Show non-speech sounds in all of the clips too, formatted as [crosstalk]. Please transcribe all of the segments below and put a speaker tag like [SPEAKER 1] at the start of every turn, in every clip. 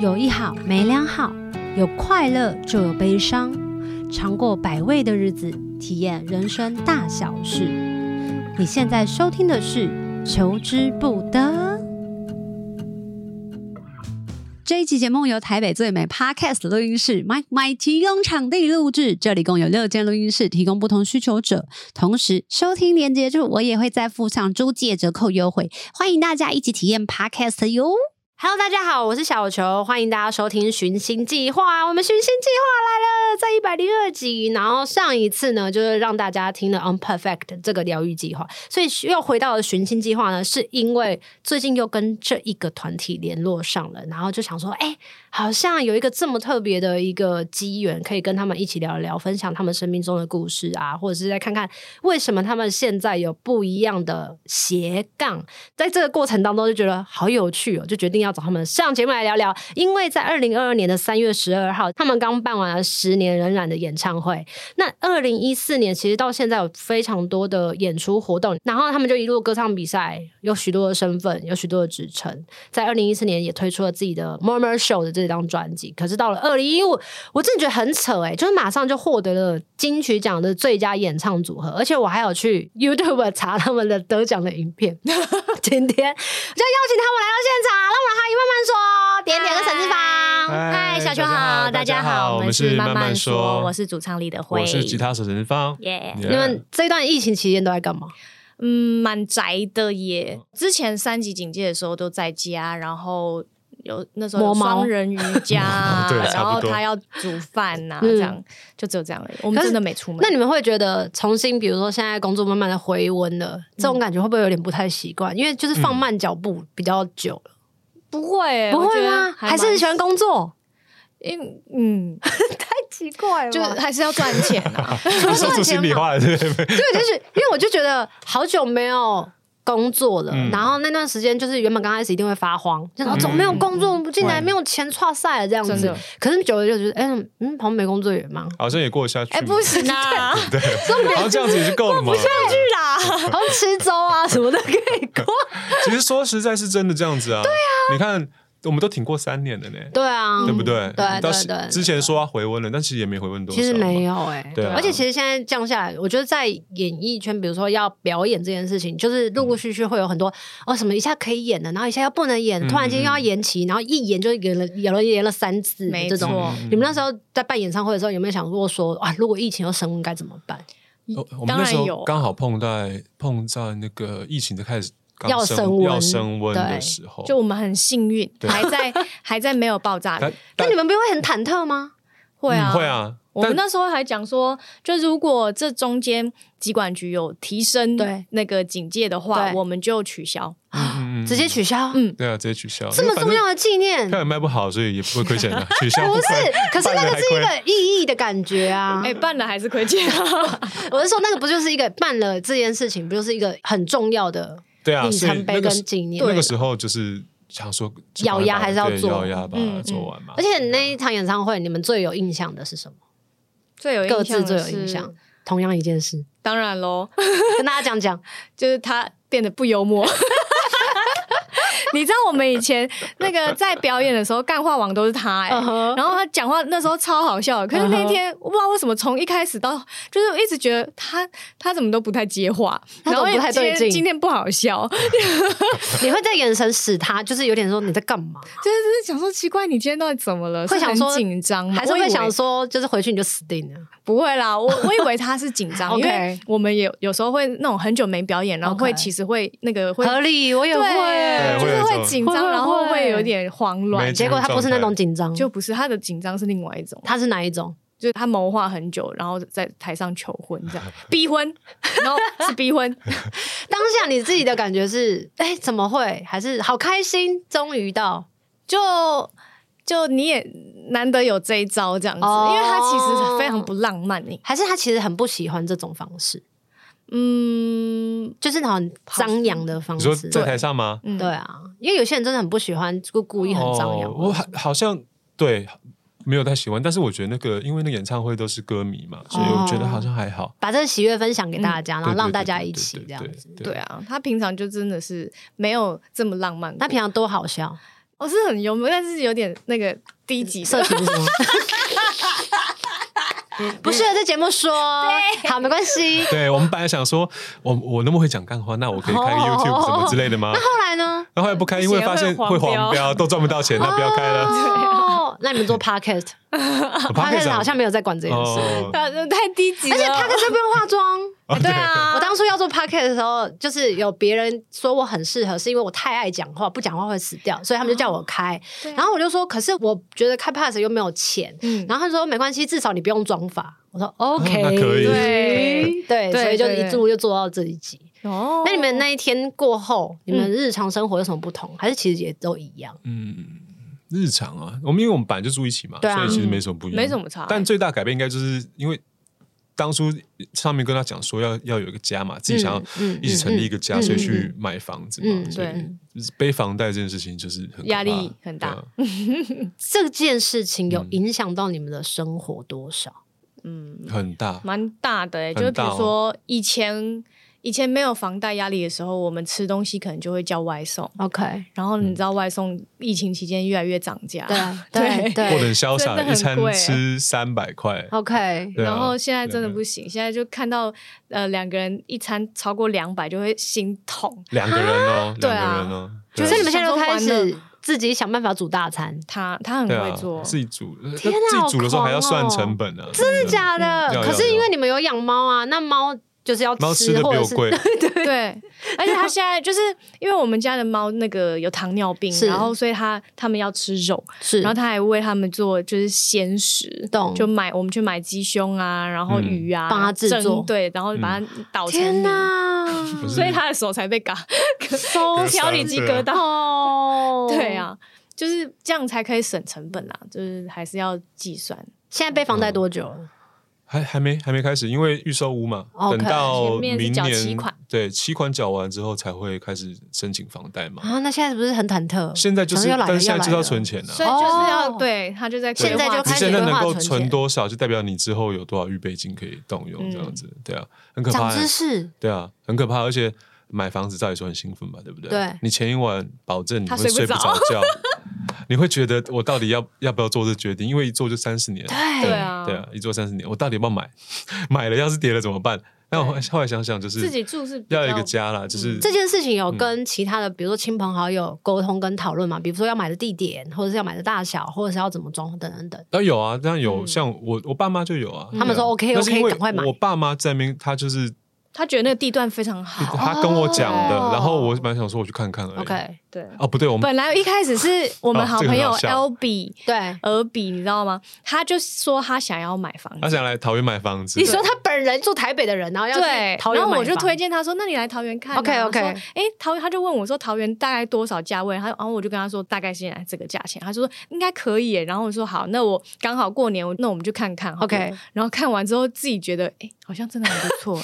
[SPEAKER 1] 有一好没两好，有快乐就有悲伤，尝过百味的日子，体验人生大小事。你现在收听的是《求之不得》。这一期节目由台北最美 Podcast 录音室 Mike My 提供场地录制，这里共有六间录音室，提供不同需求者。同时，收听连接处我也会再附上租借折扣优惠，欢迎大家一起体验 Podcast 哟。Hello，大家好，我是小球，欢迎大家收听《寻星计划》。我们《寻星计划》来了，在一百零二集。然后上一次呢，就是让大家听了《Unperfect》这个疗愈计划，所以又回到了《寻星计划》呢，是因为最近又跟这一个团体联络上了，然后就想说，哎、好像有一个这么特别的一个机缘，可以跟他们一起聊聊，分享他们生命中的故事啊，或者是再看看为什么他们现在有不一样的斜杠。在这个过程当中，就觉得好有趣哦，就决定要找他们上节目来聊聊。因为在二零二二年的三月十二号，他们刚办完了十年荏苒的演唱会，那二零一四年其实到现在有非常多的演出活动，然后他们就一路歌唱比赛，有许多的身份，有许多的职称。在二零一四年也推出了自己的《Murmur Show》的这张专辑，可是到了二零一五，我真的觉得很扯哎、就是马上就获得了金曲奖的最佳演唱组合，而且我还有去 YouTube 查他们的得奖的影片。 [laughs] 今天我就邀请他们来到现场，让我们欢迎慢慢说，点点跟沈志芳。
[SPEAKER 2] 嗨
[SPEAKER 3] 嗨，小
[SPEAKER 2] 大
[SPEAKER 3] 秋
[SPEAKER 2] 家
[SPEAKER 3] 好，
[SPEAKER 2] 好
[SPEAKER 3] 大
[SPEAKER 2] 家
[SPEAKER 3] 家
[SPEAKER 2] 好
[SPEAKER 3] 好，
[SPEAKER 2] 我
[SPEAKER 3] 我
[SPEAKER 2] 们
[SPEAKER 3] 们
[SPEAKER 2] 是
[SPEAKER 3] 是
[SPEAKER 2] 慢
[SPEAKER 3] 慢
[SPEAKER 2] 慢
[SPEAKER 3] 慢
[SPEAKER 2] 说
[SPEAKER 3] 说，我是主唱李的辉，
[SPEAKER 2] 我是吉他手陈芳。
[SPEAKER 3] 耶。
[SPEAKER 2] Yeah
[SPEAKER 1] 你们这段疫情期间都在干嘛？
[SPEAKER 3] 嗯，蛮宅的耶。之前三级警戒的时候都在家，然后有那时候有
[SPEAKER 1] 摸猫
[SPEAKER 3] 双人瑜伽啊
[SPEAKER 2] [laughs] ，对
[SPEAKER 3] 然
[SPEAKER 2] 差不
[SPEAKER 3] 后
[SPEAKER 2] 多
[SPEAKER 3] 他要煮饭呐、
[SPEAKER 1] [laughs] 嗯
[SPEAKER 3] 这样就只有这样而已。我们
[SPEAKER 1] 可是
[SPEAKER 3] 真的没出门。
[SPEAKER 1] 那你们会觉得重新，比如说现在工作慢慢的回温了，这种感觉会不会有点不太习惯？因为就是
[SPEAKER 2] 嗯
[SPEAKER 1] 放慢脚步比较久了，
[SPEAKER 3] 不会啊耶、
[SPEAKER 1] 不
[SPEAKER 3] 我觉
[SPEAKER 1] 会
[SPEAKER 3] 得
[SPEAKER 1] 吗？还
[SPEAKER 3] 蛮
[SPEAKER 1] 是喜欢工作？
[SPEAKER 3] 因嗯，
[SPEAKER 1] 奇怪了
[SPEAKER 3] 就
[SPEAKER 1] 就
[SPEAKER 3] 还是要赚钱啊。
[SPEAKER 2] 你说出心里话了，对不对？
[SPEAKER 1] 对，就是因为我就觉得好久没有工作了，
[SPEAKER 2] 嗯
[SPEAKER 1] 然后那段时间就是原本刚开始一定会发慌，就想哦
[SPEAKER 3] 嗯
[SPEAKER 1] 怎么没有工作不进来，
[SPEAKER 2] 嗯
[SPEAKER 1] 没有钱跨赛了这样
[SPEAKER 3] 真
[SPEAKER 1] 子
[SPEAKER 3] 的。
[SPEAKER 1] 可是久了就觉得，哎、嗯，好像没工作也忙，
[SPEAKER 2] 好像也过得下去。
[SPEAKER 3] 哎、不，行
[SPEAKER 1] [laughs]
[SPEAKER 3] 啊，
[SPEAKER 2] 对，好像这样子也是够了嘛。
[SPEAKER 3] 去啦！
[SPEAKER 1] 好像吃粥啊什
[SPEAKER 3] [laughs]
[SPEAKER 1] 么的可以过。
[SPEAKER 2] 其实说实在是真的这样子啊。对啊，你看，我们都挺过三年的呢，
[SPEAKER 1] 对啊，
[SPEAKER 2] 对不对？
[SPEAKER 1] 对
[SPEAKER 2] 到
[SPEAKER 1] 对对
[SPEAKER 2] 之前说要回温了，但其实也没回温多少。
[SPEAKER 1] 其实没。有哎、
[SPEAKER 2] 对啊
[SPEAKER 1] 而且其实现在降下来，我觉得在演艺圈，比如说要表演这件事情，
[SPEAKER 2] 嗯
[SPEAKER 1] 就是陆陆续续会有很多、哦什么一下可以演的，然后一下又不能演，
[SPEAKER 2] 嗯
[SPEAKER 1] 突然间又要延期，然后一演就演了演了演了三次
[SPEAKER 3] 没
[SPEAKER 1] 这种。
[SPEAKER 3] 错
[SPEAKER 2] 嗯
[SPEAKER 1] 你们那时候在办演唱会的时候，有没有想过说啊，如果疫情又升温该怎么办？
[SPEAKER 2] 哦我们
[SPEAKER 3] 当
[SPEAKER 2] 那时
[SPEAKER 3] 然有
[SPEAKER 2] 候
[SPEAKER 3] 啊
[SPEAKER 2] 刚好碰到碰在那个疫情的开始刚
[SPEAKER 1] 要升温
[SPEAKER 2] 要升温
[SPEAKER 1] 对
[SPEAKER 2] 的时候，
[SPEAKER 3] 就我们很幸运，
[SPEAKER 2] 对啊
[SPEAKER 3] 还在还在没有爆
[SPEAKER 2] [laughs]
[SPEAKER 3] 炸。
[SPEAKER 2] 但
[SPEAKER 1] 那
[SPEAKER 2] 但
[SPEAKER 1] 你们不会很忐忑吗？
[SPEAKER 3] 会啊，
[SPEAKER 2] 嗯会。啊，
[SPEAKER 3] 我
[SPEAKER 2] 但
[SPEAKER 3] 们那时候还讲说，就如果这中间疾管局有提升
[SPEAKER 1] 对
[SPEAKER 3] 那个警戒的话，
[SPEAKER 1] 对
[SPEAKER 3] 我们就取消。
[SPEAKER 2] 嗯嗯嗯
[SPEAKER 1] 直接取消？
[SPEAKER 3] 嗯
[SPEAKER 2] 对啊，直接取消。
[SPEAKER 1] 这么重要的纪
[SPEAKER 2] [laughs]
[SPEAKER 1] 念，
[SPEAKER 2] 票也卖不好，所以也不会亏钱的。取消
[SPEAKER 1] 哎不是
[SPEAKER 2] 亏？
[SPEAKER 1] 可是那
[SPEAKER 2] 办了
[SPEAKER 1] 个
[SPEAKER 2] 还
[SPEAKER 1] 是一
[SPEAKER 2] 亏
[SPEAKER 1] 个意义的感觉
[SPEAKER 3] [laughs]
[SPEAKER 1] 啊！
[SPEAKER 3] 哎、办了还是亏钱。啊
[SPEAKER 1] 我是说，那个不就是一个办了这件事情，不就是一个很重要的
[SPEAKER 2] 对啊，
[SPEAKER 1] 里
[SPEAKER 2] 所以
[SPEAKER 1] 程碑
[SPEAKER 2] 那个
[SPEAKER 1] 跟
[SPEAKER 2] 时
[SPEAKER 1] 纪念？
[SPEAKER 2] 那个时候就是想说，
[SPEAKER 1] 咬牙还是要
[SPEAKER 2] 对
[SPEAKER 1] 做
[SPEAKER 2] 咬牙把它
[SPEAKER 3] 嗯
[SPEAKER 2] 做完嘛。
[SPEAKER 1] 而且那一场演唱会，你们最有印象的是什么？
[SPEAKER 3] [laughs] 最有印象
[SPEAKER 1] 各
[SPEAKER 3] 的
[SPEAKER 1] 自最有
[SPEAKER 3] 是
[SPEAKER 1] 印象，，同样一件事，
[SPEAKER 3] 当然喽，
[SPEAKER 1] 跟大家讲讲。
[SPEAKER 3] [laughs] 就是他变得不幽默。 [laughs] 你知道我们以前那个在表演的时候，干话王都是他哎、
[SPEAKER 1] 嗯哼嗯
[SPEAKER 3] 然后他讲话那时候超好笑的，可是那天我不知道为什么从一开始到就是我一直觉得他他怎么都不太接话，
[SPEAKER 1] 他
[SPEAKER 3] 然
[SPEAKER 1] 怎么
[SPEAKER 3] 后
[SPEAKER 1] 不太对
[SPEAKER 3] 今天
[SPEAKER 1] 劲
[SPEAKER 3] 今天不好笑，
[SPEAKER 1] 你会在眼神使他，就是有点说你在干嘛，
[SPEAKER 3] [laughs] 就是想说奇怪，你今天到底怎么了？
[SPEAKER 1] 会
[SPEAKER 3] 是
[SPEAKER 1] 想
[SPEAKER 3] 很
[SPEAKER 1] 说
[SPEAKER 3] 紧张吗，
[SPEAKER 1] 还是
[SPEAKER 3] 我以
[SPEAKER 1] 会
[SPEAKER 3] 为
[SPEAKER 1] 想说，就是回去你就死定了。
[SPEAKER 3] 不会啦，我我以为他是紧 [laughs] 张，因
[SPEAKER 1] OK
[SPEAKER 3] 为我们也有时候会那种很久没表演，然后
[SPEAKER 1] OK
[SPEAKER 3] 会其实会那个会
[SPEAKER 1] 合理，我也
[SPEAKER 3] 对，
[SPEAKER 2] 对
[SPEAKER 3] 就
[SPEAKER 1] 会。
[SPEAKER 2] 会有
[SPEAKER 3] 是
[SPEAKER 2] 一
[SPEAKER 3] 会
[SPEAKER 2] 种
[SPEAKER 3] 紧
[SPEAKER 1] 会
[SPEAKER 3] 张，
[SPEAKER 1] 会
[SPEAKER 3] 然后
[SPEAKER 1] 会
[SPEAKER 3] 会有点慌乱
[SPEAKER 2] 没。
[SPEAKER 1] 结果他不是那种紧张，
[SPEAKER 3] 就
[SPEAKER 1] 就
[SPEAKER 3] 不是他的紧张是另外一种，
[SPEAKER 1] 他是哪一种？
[SPEAKER 3] 就是他谋划很久，然后在台上求婚这样， [laughs] 逼婚，然后是逼 [laughs] 婚，
[SPEAKER 1] 当下你自己的感觉是，哎，怎么会？还是好开心，终于到。
[SPEAKER 3] 就就你也难得有这一招这样子，
[SPEAKER 1] 哦
[SPEAKER 3] 因为他其实非常不浪漫欸诶。
[SPEAKER 1] 还是他其实很不喜欢这种方式，
[SPEAKER 3] 嗯，
[SPEAKER 1] 就是那种张扬的方
[SPEAKER 2] 你说
[SPEAKER 1] 式。
[SPEAKER 2] 在台上吗？
[SPEAKER 3] 嗯
[SPEAKER 1] 对啊，因为有些人真的很不喜欢，就故意很张扬。啊
[SPEAKER 2] 哦我好好像对没有太喜欢，但是我觉得那个因为那个演唱会都是歌迷嘛，所以我觉得好像还好。
[SPEAKER 1] 把这个喜悦分享给大家，然后
[SPEAKER 2] 嗯
[SPEAKER 1] 哦啊
[SPEAKER 2] 对
[SPEAKER 1] 让
[SPEAKER 2] 对
[SPEAKER 1] 大
[SPEAKER 2] 对
[SPEAKER 1] 家
[SPEAKER 2] 对
[SPEAKER 1] 一
[SPEAKER 2] 对
[SPEAKER 1] 起
[SPEAKER 2] 对
[SPEAKER 1] 这样子。
[SPEAKER 2] 对
[SPEAKER 3] 对啊，他平常就真的是没有这么浪漫过。
[SPEAKER 1] 那平常多好笑，
[SPEAKER 3] 我、是很幽默，但是有点那个低级的
[SPEAKER 1] 色情是吗？ [laughs] 不适合在节目说，好，没关系。
[SPEAKER 2] 对我们本来想说，我我那么会讲干话，那我可以开个
[SPEAKER 1] 哦
[SPEAKER 2] YouTube 什么之类的吗？
[SPEAKER 1] 后来
[SPEAKER 3] [laughs]
[SPEAKER 1] 呢？
[SPEAKER 2] 然后后来不开，因为发现会黄
[SPEAKER 4] 会黄
[SPEAKER 2] 标，
[SPEAKER 4] 标
[SPEAKER 2] 都赚不到钱，那不要开了。
[SPEAKER 3] 啊
[SPEAKER 1] 哦，那你们做 podcast，podcast
[SPEAKER 2] 我怕开始
[SPEAKER 1] 好像没有在管这件事，
[SPEAKER 2] 啊哦，
[SPEAKER 3] 啊，太低级了。
[SPEAKER 1] 而且 podcast 不用化妆。
[SPEAKER 2] 哦
[SPEAKER 3] 对，啊，
[SPEAKER 1] 我当初要做 podcast 的时候，就是有别人说我很适合，是因为我太爱讲话，不讲话会死掉，所以他们就叫我开。
[SPEAKER 3] 对啊
[SPEAKER 1] 然后我就说，可是我觉得开 podcast 又没有钱。
[SPEAKER 3] 嗯
[SPEAKER 1] 然后他说没关系，至少你不用妆发。我说 OK，、
[SPEAKER 2] 嗯哦那可以
[SPEAKER 3] 啊
[SPEAKER 2] 哎
[SPEAKER 3] 对
[SPEAKER 1] 对，
[SPEAKER 3] 对
[SPEAKER 1] 所以就
[SPEAKER 3] 对
[SPEAKER 1] 一度就做到这一集。
[SPEAKER 3] 哦嗯
[SPEAKER 1] 那你们那一天过后，你们日常生活有什么不同？还是其实也都一样？
[SPEAKER 2] 嗯，日常啊，我们因为我们本来就住一起嘛，
[SPEAKER 1] 对啊
[SPEAKER 2] 所以其实没什么不一样，
[SPEAKER 3] 没什么差，
[SPEAKER 2] 但最大改变应该就是因为当初上面跟他讲说要要有一个家嘛，自己想要
[SPEAKER 1] 嗯
[SPEAKER 2] 一起成立一个家，
[SPEAKER 1] 嗯
[SPEAKER 2] 所
[SPEAKER 1] 嗯
[SPEAKER 2] 以去买房子嘛，
[SPEAKER 1] 嗯
[SPEAKER 2] 所以
[SPEAKER 3] 对
[SPEAKER 2] 就是背房贷这件事情就是很可怕
[SPEAKER 3] 压力很大
[SPEAKER 2] 对啊
[SPEAKER 1] 这件事情
[SPEAKER 2] 嗯
[SPEAKER 1] 有影响到你们的生活多少？
[SPEAKER 3] 嗯，
[SPEAKER 2] 很大。
[SPEAKER 3] 蛮大的诶、
[SPEAKER 2] 很
[SPEAKER 3] 就是比
[SPEAKER 2] 大哦
[SPEAKER 3] 如说以前以前没有房贷压力的时候，我们吃东西可能就会叫外送，
[SPEAKER 1] OK，
[SPEAKER 3] 然后
[SPEAKER 2] 嗯
[SPEAKER 3] 你知道外送疫情期间越来越涨价，
[SPEAKER 1] 对对
[SPEAKER 3] [laughs] 对啊
[SPEAKER 2] 过得
[SPEAKER 1] 对
[SPEAKER 2] 很潇洒
[SPEAKER 3] 真的，很
[SPEAKER 2] 一餐
[SPEAKER 3] 贵
[SPEAKER 2] 吃三百块，
[SPEAKER 1] ，OK，
[SPEAKER 2] 对啊
[SPEAKER 3] 然后现在真的
[SPEAKER 2] 对啊
[SPEAKER 3] 不行，现在就看到呃两个人一餐超过两百就会心痛。
[SPEAKER 2] 两个人哦，
[SPEAKER 3] 对
[SPEAKER 2] 两个
[SPEAKER 3] 啊
[SPEAKER 2] 人哦，
[SPEAKER 1] 所
[SPEAKER 2] 对啊
[SPEAKER 1] 以你们现在就
[SPEAKER 3] 想说
[SPEAKER 1] 开
[SPEAKER 3] 完
[SPEAKER 1] 始
[SPEAKER 3] 了
[SPEAKER 1] 自己想办法煮大餐，
[SPEAKER 3] 他他很
[SPEAKER 2] 对
[SPEAKER 3] 会
[SPEAKER 2] 啊
[SPEAKER 3] 做，，
[SPEAKER 2] 自己煮，呃自
[SPEAKER 1] 天哪
[SPEAKER 2] 己煮的时候还
[SPEAKER 1] 好
[SPEAKER 2] 要算
[SPEAKER 1] 狂哦
[SPEAKER 2] 成本啊，
[SPEAKER 1] 真的假
[SPEAKER 2] 嗯
[SPEAKER 1] 的？
[SPEAKER 2] 要
[SPEAKER 1] 可是
[SPEAKER 2] 要
[SPEAKER 1] 因为你们有养猫啊，那猫就是要
[SPEAKER 2] 猫吃的比
[SPEAKER 1] 或者
[SPEAKER 2] 我
[SPEAKER 1] 是
[SPEAKER 2] 贵，
[SPEAKER 3] 对，而且他现在就是因为我们家的猫那个有糖尿病，
[SPEAKER 1] 是
[SPEAKER 3] 然后所以他他们要吃肉，
[SPEAKER 1] 是，
[SPEAKER 3] 然后他还为他们做就是鲜食，
[SPEAKER 1] 懂
[SPEAKER 3] 就买我们去买鸡胸啊，然后
[SPEAKER 2] 嗯
[SPEAKER 3] 鱼啊，
[SPEAKER 1] 帮它制
[SPEAKER 3] 蒸
[SPEAKER 1] 作
[SPEAKER 3] 对，然后把它捣成
[SPEAKER 1] 天
[SPEAKER 3] 泥， [laughs]
[SPEAKER 1] 哪，
[SPEAKER 2] 不是
[SPEAKER 3] 所以他的手才被嘎 [laughs]
[SPEAKER 1] 收
[SPEAKER 3] 挑里脊疙瘩。
[SPEAKER 1] 哦，
[SPEAKER 3] 对，啊，就是这样才可以省成本啦，就是还是要计算。
[SPEAKER 2] 哦
[SPEAKER 1] 现在背房贷多久了？
[SPEAKER 2] 还还没还没开始，因为预售屋嘛
[SPEAKER 1] OK，
[SPEAKER 2] 等到
[SPEAKER 3] 前
[SPEAKER 2] 明
[SPEAKER 3] 面是
[SPEAKER 2] 年
[SPEAKER 3] 缴七款
[SPEAKER 2] 对七款缴完之后才会开始申请房贷嘛。
[SPEAKER 1] 啊，那现在是不是很忐忑？
[SPEAKER 2] 现在就
[SPEAKER 1] 想
[SPEAKER 2] 是，
[SPEAKER 1] 说要来了
[SPEAKER 2] 但是现在就是要
[SPEAKER 1] 了
[SPEAKER 2] 存钱啊。
[SPEAKER 3] 所以就是要、
[SPEAKER 1] 哦
[SPEAKER 3] 对他就在规
[SPEAKER 1] 现在
[SPEAKER 3] 划
[SPEAKER 1] 就
[SPEAKER 3] 自
[SPEAKER 2] 你
[SPEAKER 1] 开
[SPEAKER 3] 己
[SPEAKER 1] 始
[SPEAKER 2] 现在
[SPEAKER 1] 规
[SPEAKER 2] 能
[SPEAKER 1] 划
[SPEAKER 2] 够
[SPEAKER 1] 存
[SPEAKER 2] 存
[SPEAKER 1] 钱
[SPEAKER 2] 多少，就代表你之后有多少预备金可以动用，这样子，对啊，很可
[SPEAKER 1] 嗯
[SPEAKER 2] 怕
[SPEAKER 1] 长
[SPEAKER 2] 欸、
[SPEAKER 1] 知识，
[SPEAKER 2] 对啊，很可怕。而且买房子，照理说很兴奋吧，对不对？
[SPEAKER 1] 对
[SPEAKER 2] 你前一晚保证你
[SPEAKER 3] 他
[SPEAKER 2] 会
[SPEAKER 3] 睡不
[SPEAKER 2] 睡不
[SPEAKER 3] 着
[SPEAKER 2] 着觉， [laughs] 你会觉得我到底要要不要做这决定？因为一做就三十年，
[SPEAKER 1] 对
[SPEAKER 3] 对啊
[SPEAKER 2] 对啊，一做三十年，我到底要不要买？ [laughs] 买了要是跌了怎么办？那我后来想想，就是
[SPEAKER 3] 自己住是比
[SPEAKER 2] 要有一
[SPEAKER 3] 较
[SPEAKER 2] 个家啦，就是
[SPEAKER 1] 这件事情有
[SPEAKER 2] 嗯
[SPEAKER 1] 跟其他的，比如说亲朋好友沟通跟讨论嘛，比如说要买的地点，或者是要买的大小，或者是要怎么装等等等。
[SPEAKER 2] 啊，有啊，但有、像我我爸妈就有啊，
[SPEAKER 1] 嗯他们说
[SPEAKER 2] 对啊
[SPEAKER 1] OK，
[SPEAKER 2] 但是
[SPEAKER 1] OK，
[SPEAKER 2] 因为
[SPEAKER 1] 赶快买
[SPEAKER 2] 我爸妈在那边，他就是
[SPEAKER 3] 他觉得那个地段非常好，
[SPEAKER 2] 他跟我讲的，
[SPEAKER 1] 啊哦
[SPEAKER 2] 然后我蛮想说我去看看而已。
[SPEAKER 1] OK，
[SPEAKER 3] 对。
[SPEAKER 2] 哦，不对，我们
[SPEAKER 3] 本来一开始是我们
[SPEAKER 2] 哦
[SPEAKER 3] 好
[SPEAKER 2] 这个
[SPEAKER 3] 朋
[SPEAKER 2] 很
[SPEAKER 3] 友
[SPEAKER 2] 好笑
[SPEAKER 3] L B
[SPEAKER 1] 对，
[SPEAKER 3] 尔比，你知道吗？他就说他想要买房
[SPEAKER 1] 哎
[SPEAKER 2] 他
[SPEAKER 3] 子，
[SPEAKER 2] 想来桃园买房子，
[SPEAKER 1] 你说他本人住台北的人，然后要去
[SPEAKER 3] 对，
[SPEAKER 1] 桃园
[SPEAKER 3] 然后我
[SPEAKER 1] 买
[SPEAKER 3] 就
[SPEAKER 1] 房
[SPEAKER 3] 推荐他说：“那你来桃园看啊、
[SPEAKER 1] OK，OK
[SPEAKER 3] 我说哎，桃他就问我说桃园大概多少价位？他然后我就跟他说大概现在这个价钱，他就说应该可以耶。然后我说好，那我刚好过年，我那我们就看看好不好
[SPEAKER 1] OK
[SPEAKER 2] 哦
[SPEAKER 3] 然后看完之后自己觉得哎，好像真的很不错，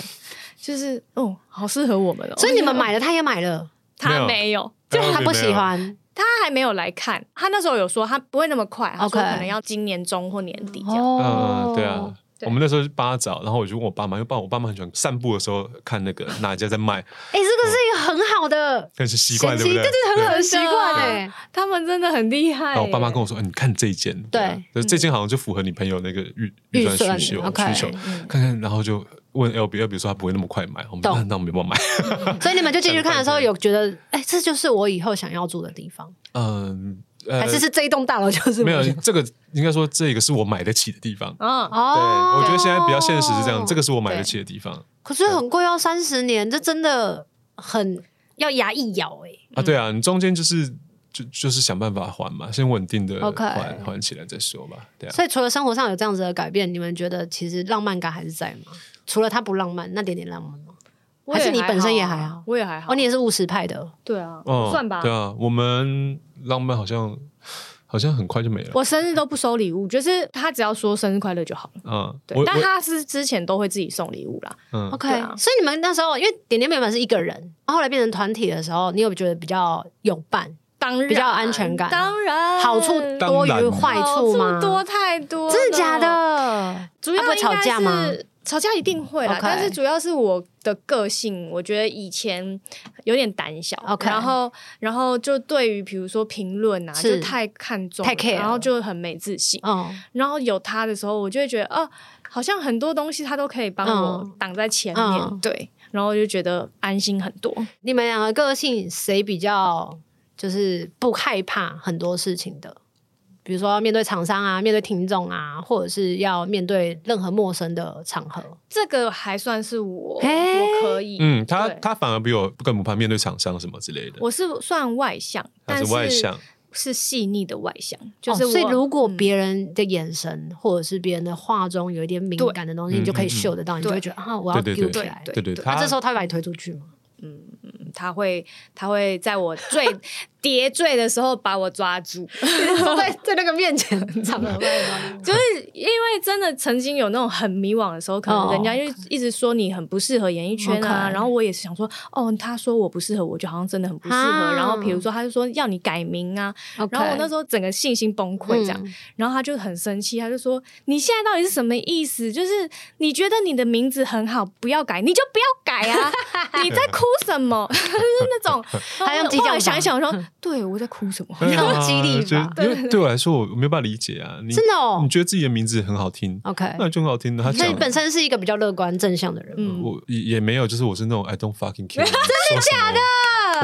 [SPEAKER 3] 就是哦，好适合我们哦。
[SPEAKER 1] 所以你们买了，他也买了，
[SPEAKER 2] 没
[SPEAKER 3] 他
[SPEAKER 2] 有
[SPEAKER 3] 没有，
[SPEAKER 2] 对啊
[SPEAKER 1] 他不喜。欢。
[SPEAKER 3] 他还没有来看，他那时候有说他不会那么快，他
[SPEAKER 1] OK
[SPEAKER 3] 说可能要今年中或年底这样。
[SPEAKER 1] 哦
[SPEAKER 2] 嗯，，对啊。
[SPEAKER 3] 对
[SPEAKER 2] 我们那时候是八找，然后我就问我爸妈，因为爸我爸妈很喜欢散步的时候看那个哪一家在卖，
[SPEAKER 1] 哎，这个是一个很好的
[SPEAKER 2] 但是习惯对不
[SPEAKER 1] 对
[SPEAKER 2] 对？
[SPEAKER 1] 对，很好的习惯
[SPEAKER 3] 真的
[SPEAKER 1] 哎。
[SPEAKER 3] 他们真的很厉害耶。
[SPEAKER 2] 然后我爸妈跟我说：“哎，你看这一间，啊，就是这间好像就符合你朋友那个预
[SPEAKER 1] 预
[SPEAKER 2] 预算
[SPEAKER 1] 算
[SPEAKER 2] 需求
[SPEAKER 1] OK，
[SPEAKER 2] 需求，看看，然后就问 L B，L B 说他不会那么快买，我们
[SPEAKER 1] 懂
[SPEAKER 2] 那那我们有没有买？
[SPEAKER 1] 所以你们就进
[SPEAKER 2] [laughs]
[SPEAKER 1] 去看的时候，有觉得哎，这就是我以后想要住的地方，
[SPEAKER 2] 嗯，呃
[SPEAKER 1] 还是是这一栋大楼就是我
[SPEAKER 2] 没有
[SPEAKER 1] 想
[SPEAKER 2] 这个，应该说这个是我买得起的地方。
[SPEAKER 3] 嗯，
[SPEAKER 2] 对，
[SPEAKER 1] 哦，
[SPEAKER 2] 我觉得现在比较现实是这样，这
[SPEAKER 1] 个
[SPEAKER 2] 个是我买得起的地方
[SPEAKER 1] 可是很贵，要三十年，这真的很要牙一咬哎。
[SPEAKER 2] 啊。对啊，你中间就是就就是想办法还嘛，先稳定的
[SPEAKER 1] OK
[SPEAKER 2] 还还起来再说吧。对啊，
[SPEAKER 1] 所以除了生活上有这样子的改变，你们觉得其实浪漫感还是在吗？除了它不浪漫，那点点浪漫吗？
[SPEAKER 3] 我也
[SPEAKER 1] 还是你本身也
[SPEAKER 3] 啊
[SPEAKER 1] 还好
[SPEAKER 3] 我也还好。
[SPEAKER 1] 哦，你也是务实派的。
[SPEAKER 3] 对啊，
[SPEAKER 2] 哦，
[SPEAKER 3] 算吧
[SPEAKER 2] 对。啊，我们浪漫好像好像很快就没了。
[SPEAKER 3] 我生日都不收礼物，就是他只要说生日快乐就好了。
[SPEAKER 2] 嗯，
[SPEAKER 3] 对
[SPEAKER 2] 我，
[SPEAKER 3] 但
[SPEAKER 2] 我
[SPEAKER 3] 他是之前都会自己送礼物啦。
[SPEAKER 2] 嗯，
[SPEAKER 1] OK，、
[SPEAKER 3] 对啊
[SPEAKER 1] 所以你们那时候因为点点原本是一个人，然后后来变成团体的时候，你有觉得比较有伴，
[SPEAKER 3] 当然
[SPEAKER 1] 比较有安全感啊
[SPEAKER 3] 当然
[SPEAKER 1] 好处多
[SPEAKER 2] 当
[SPEAKER 1] 于
[SPEAKER 2] 然
[SPEAKER 1] 坏
[SPEAKER 3] 好
[SPEAKER 1] 处吗？
[SPEAKER 3] 多太多了，
[SPEAKER 1] 真的假的？
[SPEAKER 3] 主要
[SPEAKER 1] 啊不会吵架吗
[SPEAKER 3] 应该是吵架一定会啦
[SPEAKER 1] OK
[SPEAKER 3] 但是主要是我的个性，我觉得以前有点胆小
[SPEAKER 1] OK
[SPEAKER 3] 然后然后就对于比如说评论啊，
[SPEAKER 1] 是
[SPEAKER 3] 就太看重了，
[SPEAKER 1] 太 care
[SPEAKER 3] 然后就很没自信。
[SPEAKER 1] 嗯，
[SPEAKER 3] 然后有他的时候，我就会觉得哦、好像很多东西他都可以帮
[SPEAKER 1] 嗯
[SPEAKER 3] 我挡在前面，
[SPEAKER 1] 嗯
[SPEAKER 3] 对，然后我就觉得安心很多。
[SPEAKER 1] 你们两个个性谁比较就是不害怕很多事情的？比如说面对厂商啊，面对听众啊，或者是要面对任何陌生的场合，
[SPEAKER 3] 这个还算是我，
[SPEAKER 1] 哎
[SPEAKER 3] 我可以，
[SPEAKER 2] 嗯，他
[SPEAKER 3] 对
[SPEAKER 2] 他反而比我更不怕面对厂商什么之类的，
[SPEAKER 3] 我是算外向，
[SPEAKER 2] 他
[SPEAKER 3] 但
[SPEAKER 2] 啊是
[SPEAKER 3] 是
[SPEAKER 2] 外向，
[SPEAKER 3] 是细腻的外向，就
[SPEAKER 1] 哦
[SPEAKER 3] 是我、
[SPEAKER 1] 所以如果
[SPEAKER 3] 嗯
[SPEAKER 1] 别人的眼神、或者是别人的话中有一点敏感的东西，
[SPEAKER 2] 对
[SPEAKER 1] 你就可以
[SPEAKER 2] 嗯嗯嗯
[SPEAKER 1] 嗅得到，你就会
[SPEAKER 3] 对
[SPEAKER 1] 觉得啊，我要
[SPEAKER 2] 对
[SPEAKER 1] 丢
[SPEAKER 2] 对
[SPEAKER 1] 起来。
[SPEAKER 2] 对对，
[SPEAKER 3] 对
[SPEAKER 1] 那
[SPEAKER 2] 他
[SPEAKER 1] 啊这时候他会把你推出去吗？ [laughs]
[SPEAKER 3] 他会他会在我 [laughs] 最跌坠的时候把我抓住，
[SPEAKER 1] 坐在在那个面前场合嗯
[SPEAKER 3] 就是因为真的曾经有那种很迷惘的时候，可能人家就一直说你很不适合演艺圈啊
[SPEAKER 1] OK
[SPEAKER 3] 然后我也是想说，哦，他说我不适合，我就好像真的很不适合。
[SPEAKER 1] 啊
[SPEAKER 3] 然后比如说他就说要你改名啊然后我那时候整个信心崩溃这样，
[SPEAKER 1] 嗯
[SPEAKER 3] 然后他就很生气，他就说你现在到底是什么意思？就是你觉得你的名字很好，不要改，你就不要
[SPEAKER 1] [laughs]
[SPEAKER 3] 改啊！你在哭什么？就是那种，呃
[SPEAKER 1] 还用激
[SPEAKER 3] 后
[SPEAKER 1] 将
[SPEAKER 3] 来
[SPEAKER 1] 法
[SPEAKER 3] 想一想说，对我在哭什么？
[SPEAKER 2] 对啊
[SPEAKER 1] 要激励
[SPEAKER 2] 就
[SPEAKER 1] 吧
[SPEAKER 2] 因为对我来说，我没有办法理解啊，你
[SPEAKER 1] 真的哦
[SPEAKER 2] 你觉得自己的名字很好听，
[SPEAKER 1] ，OK。
[SPEAKER 2] 那就很好听的，他
[SPEAKER 1] 所以
[SPEAKER 2] 讲
[SPEAKER 1] 嗯你。本身是一个比较乐观正向的人吗，
[SPEAKER 3] 嗯
[SPEAKER 2] 我也也没有，就是我是那种 I don't
[SPEAKER 1] [laughs]
[SPEAKER 2] fucking care，真的假的？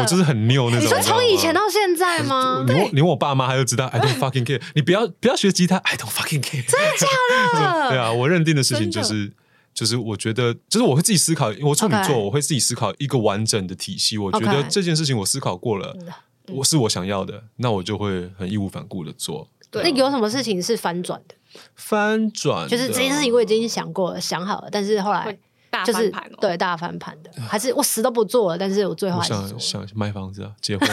[SPEAKER 2] 我就是很拗那种。
[SPEAKER 1] 你说
[SPEAKER 2] 知道吗
[SPEAKER 1] 从以前到现在哎吗？
[SPEAKER 2] 你问你问我爸妈，他就知道 I don't fucking care。你不要不要学吉他，I don't fucking care。真的假 [laughs] 的？对啊，我认定的事情就是就是我觉得就是我会自己思考，因为我处女
[SPEAKER 1] OK
[SPEAKER 2] 座，我会自己思考一个完整的体系。我觉
[SPEAKER 1] OK 嗯
[SPEAKER 2] 得这件事情我思考过了，我是我想要的，那我就会很义无反顾的做。
[SPEAKER 1] 那有什么事情是反转的？
[SPEAKER 2] 翻转
[SPEAKER 1] 就是这件事情我已经想过了、想好了，但是后来
[SPEAKER 3] 会大
[SPEAKER 1] 就是
[SPEAKER 3] 翻盘哦，
[SPEAKER 1] 对大反盘的，还是我死都不做了，但是我最后
[SPEAKER 2] 我
[SPEAKER 1] 还是做了。
[SPEAKER 2] 想想买房子啊，结
[SPEAKER 1] [laughs]
[SPEAKER 2] 婚。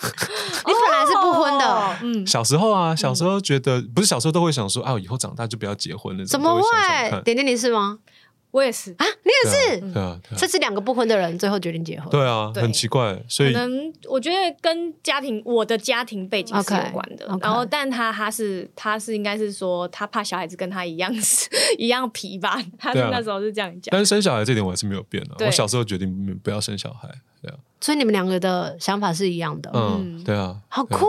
[SPEAKER 1] 你本来是不婚的，
[SPEAKER 3] 嗯，
[SPEAKER 2] 小时候啊，小时候觉得不是小时候都会想说啊，以后长大就不要结婚了，
[SPEAKER 1] 怎么
[SPEAKER 2] 都想想
[SPEAKER 1] 会？
[SPEAKER 2] 看
[SPEAKER 1] 点点你是吗？
[SPEAKER 3] 我也是，
[SPEAKER 1] 啊，你也
[SPEAKER 2] 对啊
[SPEAKER 1] 是，
[SPEAKER 2] 对啊，对啊
[SPEAKER 1] 这是两个不婚的人最后决定结婚。
[SPEAKER 2] 对啊，
[SPEAKER 3] 对
[SPEAKER 2] 很奇怪，所
[SPEAKER 3] 可
[SPEAKER 2] 以
[SPEAKER 3] 能我觉得跟家庭我的家庭背景是
[SPEAKER 1] OK，
[SPEAKER 3] 有关的。
[SPEAKER 1] OK
[SPEAKER 3] 然后，但他他是他是应该是说他怕小孩子跟他一样 [laughs] 一样皮吧，他是
[SPEAKER 2] 对啊
[SPEAKER 3] 那时候是这样讲。
[SPEAKER 2] 但是生小孩这点我还是没有变的。啊
[SPEAKER 3] 对
[SPEAKER 2] 我小时候决定不要生小孩，对啊，
[SPEAKER 1] 所以你们两个的想法是一样的，
[SPEAKER 2] 嗯，
[SPEAKER 3] 嗯
[SPEAKER 2] 对啊，
[SPEAKER 1] 好
[SPEAKER 2] 对啊，
[SPEAKER 1] 酷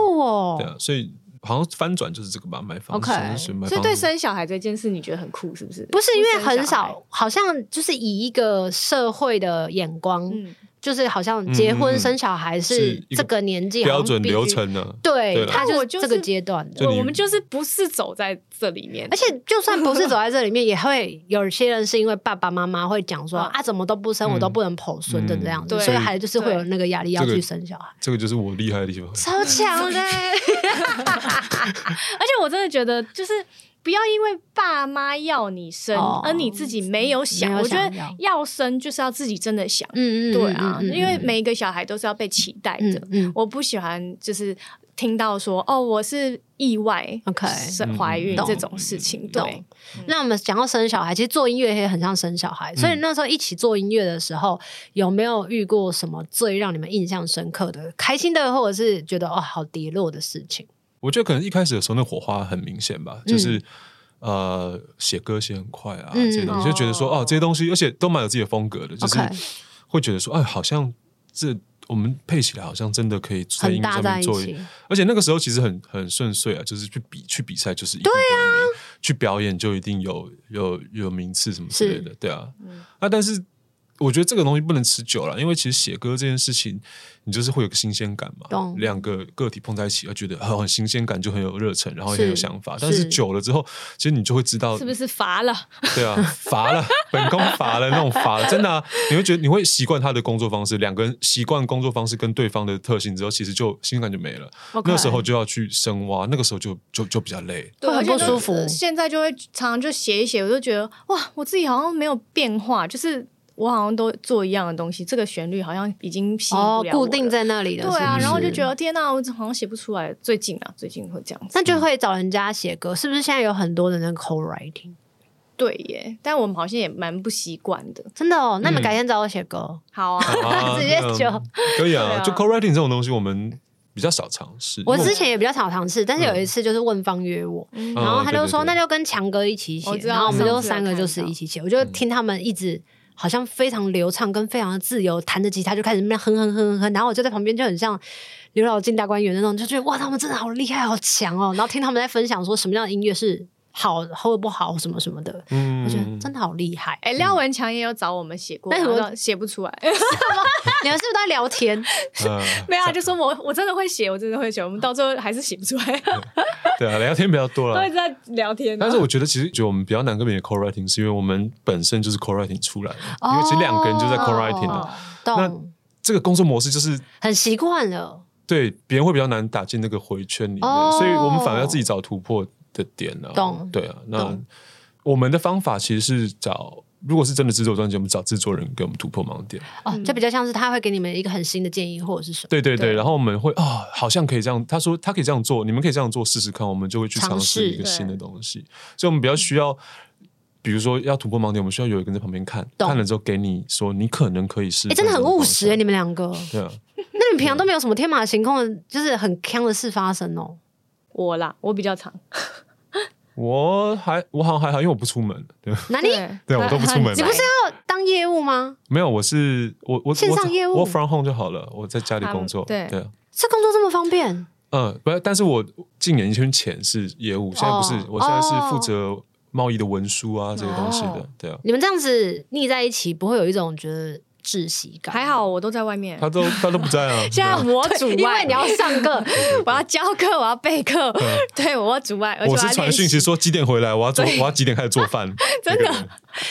[SPEAKER 2] 对
[SPEAKER 1] 哦
[SPEAKER 2] 啊，！所以好像翻转就是这个吧，买房
[SPEAKER 1] OK
[SPEAKER 2] 是买
[SPEAKER 3] 所以
[SPEAKER 2] 房
[SPEAKER 3] 对
[SPEAKER 2] 子，
[SPEAKER 3] 生小孩这件事，你觉得很酷是不是？
[SPEAKER 1] 不是因为很
[SPEAKER 3] 生小孩
[SPEAKER 1] 少，好像就是以一个社会的眼光，
[SPEAKER 3] 嗯，
[SPEAKER 1] 就是好像结
[SPEAKER 2] 嗯嗯
[SPEAKER 1] 婚
[SPEAKER 2] 嗯
[SPEAKER 1] 生小孩
[SPEAKER 2] 是
[SPEAKER 1] 是
[SPEAKER 2] 一个
[SPEAKER 1] 这个年纪
[SPEAKER 2] 标准流，
[SPEAKER 1] 好像必须
[SPEAKER 2] 程啊呢？对
[SPEAKER 1] 对，
[SPEAKER 2] 啦
[SPEAKER 1] 他
[SPEAKER 3] 但
[SPEAKER 1] 就
[SPEAKER 3] 我
[SPEAKER 1] 是
[SPEAKER 3] 就
[SPEAKER 1] 这个
[SPEAKER 3] 是
[SPEAKER 1] 阶段的。
[SPEAKER 2] 就你
[SPEAKER 3] 我我们就是不是走在这里面
[SPEAKER 1] 而，且就算不是走在这里面，也会有些人是因为爸爸妈妈会讲说
[SPEAKER 3] 嗯
[SPEAKER 1] 啊，怎么都不生，我都不能剖孙的
[SPEAKER 2] 嗯
[SPEAKER 1] 这样子，
[SPEAKER 3] 对
[SPEAKER 1] 所以孩子就是会有那个压力要
[SPEAKER 2] 这个
[SPEAKER 1] 去生小孩，
[SPEAKER 2] 这个就是我厉害的地方。
[SPEAKER 1] 超强
[SPEAKER 3] [laughs]
[SPEAKER 1] 的。
[SPEAKER 3] 而且我真的觉得就是。不要因为爸妈要你生，
[SPEAKER 1] 哦
[SPEAKER 3] 而你自己没有想。
[SPEAKER 1] 没有
[SPEAKER 3] 我觉
[SPEAKER 1] 想
[SPEAKER 3] 得
[SPEAKER 1] 要
[SPEAKER 3] 要生就是要自己真的想，
[SPEAKER 1] [laughs] 嗯嗯，
[SPEAKER 3] 对啊，
[SPEAKER 1] 嗯嗯嗯
[SPEAKER 3] 因为每一个小孩都是要被期待的。
[SPEAKER 1] 嗯嗯
[SPEAKER 3] 我不喜欢就是听到说哦，我是意外
[SPEAKER 1] OK
[SPEAKER 2] 嗯
[SPEAKER 3] 是怀孕
[SPEAKER 1] 懂
[SPEAKER 3] 这种事情。对
[SPEAKER 1] 懂，那我们讲到生小孩，其实做音乐也很像生小孩，
[SPEAKER 2] 嗯
[SPEAKER 1] 所以那时候一起做音乐的时候，有没有遇过什么最让你们印象深刻的、开心的，或者是觉得哦好跌落的事情？
[SPEAKER 2] 我觉得可能一开始的时候那火花很明显吧，就是。呃，写歌写很快啊，
[SPEAKER 1] 嗯
[SPEAKER 2] 这些东西就觉得说，
[SPEAKER 3] 哦
[SPEAKER 2] 哦，这些东西，而且都蛮有自己的风格的，就是
[SPEAKER 1] OK
[SPEAKER 2] 会觉得说，哎，好像这我们配起来，好像真的可以在
[SPEAKER 1] 很
[SPEAKER 2] 音乐
[SPEAKER 1] 搭
[SPEAKER 2] 上
[SPEAKER 1] 在
[SPEAKER 2] 面
[SPEAKER 1] 一
[SPEAKER 2] 做
[SPEAKER 1] 起，
[SPEAKER 2] 而且那个时候其实很很顺遂啊，就是去比去比赛就是一定对啊，去表演就一定有有有名次什么之类的，对啊。啊，但是我觉得这个东西不能持久了，因为其实写歌这件事情，你就是会有个新鲜感嘛
[SPEAKER 1] 懂，
[SPEAKER 2] 两个个体碰在一起，而觉得呃很很新鲜感，就很有热忱，然后也
[SPEAKER 1] 是
[SPEAKER 2] 很有想法。但是
[SPEAKER 1] 是
[SPEAKER 2] 久了之后，其实你就会知道，
[SPEAKER 3] 是不是乏了？
[SPEAKER 2] 对啊，乏了， [laughs] 本宫乏了那种乏了，真的、啊，你会觉得你会习惯他的工作方式，两个人习惯工作方式跟对方的特性之后，其实就新鲜感就没了。
[SPEAKER 1] OK
[SPEAKER 2] 那时候就要去深挖，那个时候就就就比较累。
[SPEAKER 3] 对
[SPEAKER 1] 会很
[SPEAKER 3] 而且
[SPEAKER 1] 不
[SPEAKER 3] 就
[SPEAKER 1] 舒服
[SPEAKER 3] 呃现在就会常常就写一写，我就觉得哇，我自己好像没有变化，就是我好像都做一样的东西，这个旋律好像已经吸引不
[SPEAKER 1] 哦
[SPEAKER 3] 了，
[SPEAKER 1] 固
[SPEAKER 3] 我
[SPEAKER 1] 定
[SPEAKER 3] 了。
[SPEAKER 1] 在那里的，
[SPEAKER 3] 对
[SPEAKER 1] 是
[SPEAKER 3] 啊，
[SPEAKER 1] 不是
[SPEAKER 3] 然后就觉得天哪，我好像写不出来。最近啊，最近会这样子。
[SPEAKER 1] 那就会找人家写歌，是不是现在有很多的那个 co writing？
[SPEAKER 3] 对耶，但我们好像也蛮不习惯的。
[SPEAKER 1] 真的哦，那你们
[SPEAKER 2] 嗯
[SPEAKER 1] 改天找我写歌，哦 [laughs]
[SPEAKER 3] 好啊，
[SPEAKER 1] [laughs]
[SPEAKER 2] 啊
[SPEAKER 1] 直接就 [laughs]
[SPEAKER 2] 嗯可以啊，
[SPEAKER 3] 对啊
[SPEAKER 2] 就 co-writing 这种东西，我们比较少尝试。
[SPEAKER 1] 我
[SPEAKER 2] 因为
[SPEAKER 1] 之前也比较少尝试，但是有一次就是问方约我，
[SPEAKER 3] 嗯
[SPEAKER 1] 然后
[SPEAKER 2] 嗯
[SPEAKER 1] 他
[SPEAKER 2] 对
[SPEAKER 1] 就
[SPEAKER 2] 对
[SPEAKER 1] 说
[SPEAKER 2] 对
[SPEAKER 1] 那就跟强哥一起写
[SPEAKER 3] 我，知道
[SPEAKER 1] 然后我们
[SPEAKER 3] 上
[SPEAKER 1] 就
[SPEAKER 3] 次有
[SPEAKER 1] 三个
[SPEAKER 3] 看
[SPEAKER 1] 就是
[SPEAKER 3] 到
[SPEAKER 1] 一起写，我就听他们一直。好像非常流畅，跟非常的自由，弹着吉他就开始那边哼哼哼哼哼，然后我就在旁边就很像刘老进大观园那种，就觉得哇，他们真的好厉害，好强哦。然后听他们在分享说什么样的音乐是好或不好，什么什么的，
[SPEAKER 2] 嗯
[SPEAKER 1] 我觉得真的好厉害。啊
[SPEAKER 3] 哎，廖文强也有找我们写过，
[SPEAKER 1] 那什么
[SPEAKER 3] 然后写不出来？
[SPEAKER 1] [laughs]
[SPEAKER 3] [laughs]
[SPEAKER 1] 你们是不是都在聊天？
[SPEAKER 2] [laughs] 呃
[SPEAKER 3] 没有，啊，就说我我真的会写，我真的会写，我们到最后还是写不出来，
[SPEAKER 2] 对啊，聊天比较
[SPEAKER 3] [laughs]
[SPEAKER 2] 多
[SPEAKER 3] 都
[SPEAKER 2] 了
[SPEAKER 3] 一。直在聊天啊。
[SPEAKER 2] 但是我觉得，其实觉得我们比较难跟别人 co writing，是因为我们本身就是 co writing 出来的，因为其实两个人就在 co writing
[SPEAKER 1] 哦
[SPEAKER 2] 了。
[SPEAKER 1] 懂，
[SPEAKER 2] 这个工作模式就是
[SPEAKER 1] 很习惯了。
[SPEAKER 2] 对别人会比较难打进那个回圈里面，
[SPEAKER 1] 哦
[SPEAKER 2] 所以我们反而要自己找突破的点啊。
[SPEAKER 1] 懂
[SPEAKER 2] 对啊，那
[SPEAKER 1] 懂
[SPEAKER 2] 我们的方法其实是找，如果是真的制作专辑，我们找制作人给我们突破盲点。
[SPEAKER 1] 哦，就比较像是他会给你们一个很新的建议或者是什么
[SPEAKER 2] 对对对，
[SPEAKER 1] 对
[SPEAKER 2] 然后我们会啊、好像可以这样。他说他可以这样做，你们可以这样做试试看，我们就会去
[SPEAKER 1] 尝
[SPEAKER 2] 尝试
[SPEAKER 1] 试
[SPEAKER 2] 一个
[SPEAKER 3] 对
[SPEAKER 2] 新的东西。所以我们比较需要，比如说要突破盲点，我们需要有一个人在旁边看，
[SPEAKER 1] 懂
[SPEAKER 2] 看了之后给你说你可能可以试。
[SPEAKER 1] 哎、真的很务实哎、
[SPEAKER 2] 哎，
[SPEAKER 1] 你们两个。
[SPEAKER 2] 对啊，
[SPEAKER 1] 那你们平常都没有什么天马行空的，就是很坑的事发生哦。
[SPEAKER 3] 我啦，我比较长，
[SPEAKER 2] 我还我好像还好，因为我不出门。对，
[SPEAKER 1] 哪里？
[SPEAKER 2] 对我都不出门
[SPEAKER 3] [laughs]
[SPEAKER 1] 你不是
[SPEAKER 3] 要
[SPEAKER 1] 要当业务吗？
[SPEAKER 2] 没有，我是我我
[SPEAKER 1] 线上业务
[SPEAKER 2] 我我 from home 就好了，我在家里
[SPEAKER 3] 啊
[SPEAKER 2] 工作。
[SPEAKER 3] 对
[SPEAKER 2] 对啊，
[SPEAKER 1] 这工作这么方便，
[SPEAKER 2] 嗯，不，但是我进演艺圈前是业务，现在不是，
[SPEAKER 1] 哦
[SPEAKER 2] 我现在是负责贸易的文书啊这些东西
[SPEAKER 1] 哦
[SPEAKER 2] 的。对啊，
[SPEAKER 1] 你们这样子腻在一起，不会有一种觉得窒息感？
[SPEAKER 3] 还，好，我都在外面。
[SPEAKER 2] 他都他都不在啊。
[SPEAKER 3] 现在
[SPEAKER 2] 对啊
[SPEAKER 3] 我主
[SPEAKER 1] 因
[SPEAKER 3] 外，
[SPEAKER 1] 为你要上课，
[SPEAKER 3] 我要教课，我要备课，对我要主外，而且
[SPEAKER 2] 嗯啊我
[SPEAKER 3] 我
[SPEAKER 2] 是
[SPEAKER 3] 要
[SPEAKER 2] 传
[SPEAKER 3] 练
[SPEAKER 2] 讯
[SPEAKER 3] 习。
[SPEAKER 2] 息说几点回来，我要做，我要几点开始做饭。真的，
[SPEAKER 1] [laughs]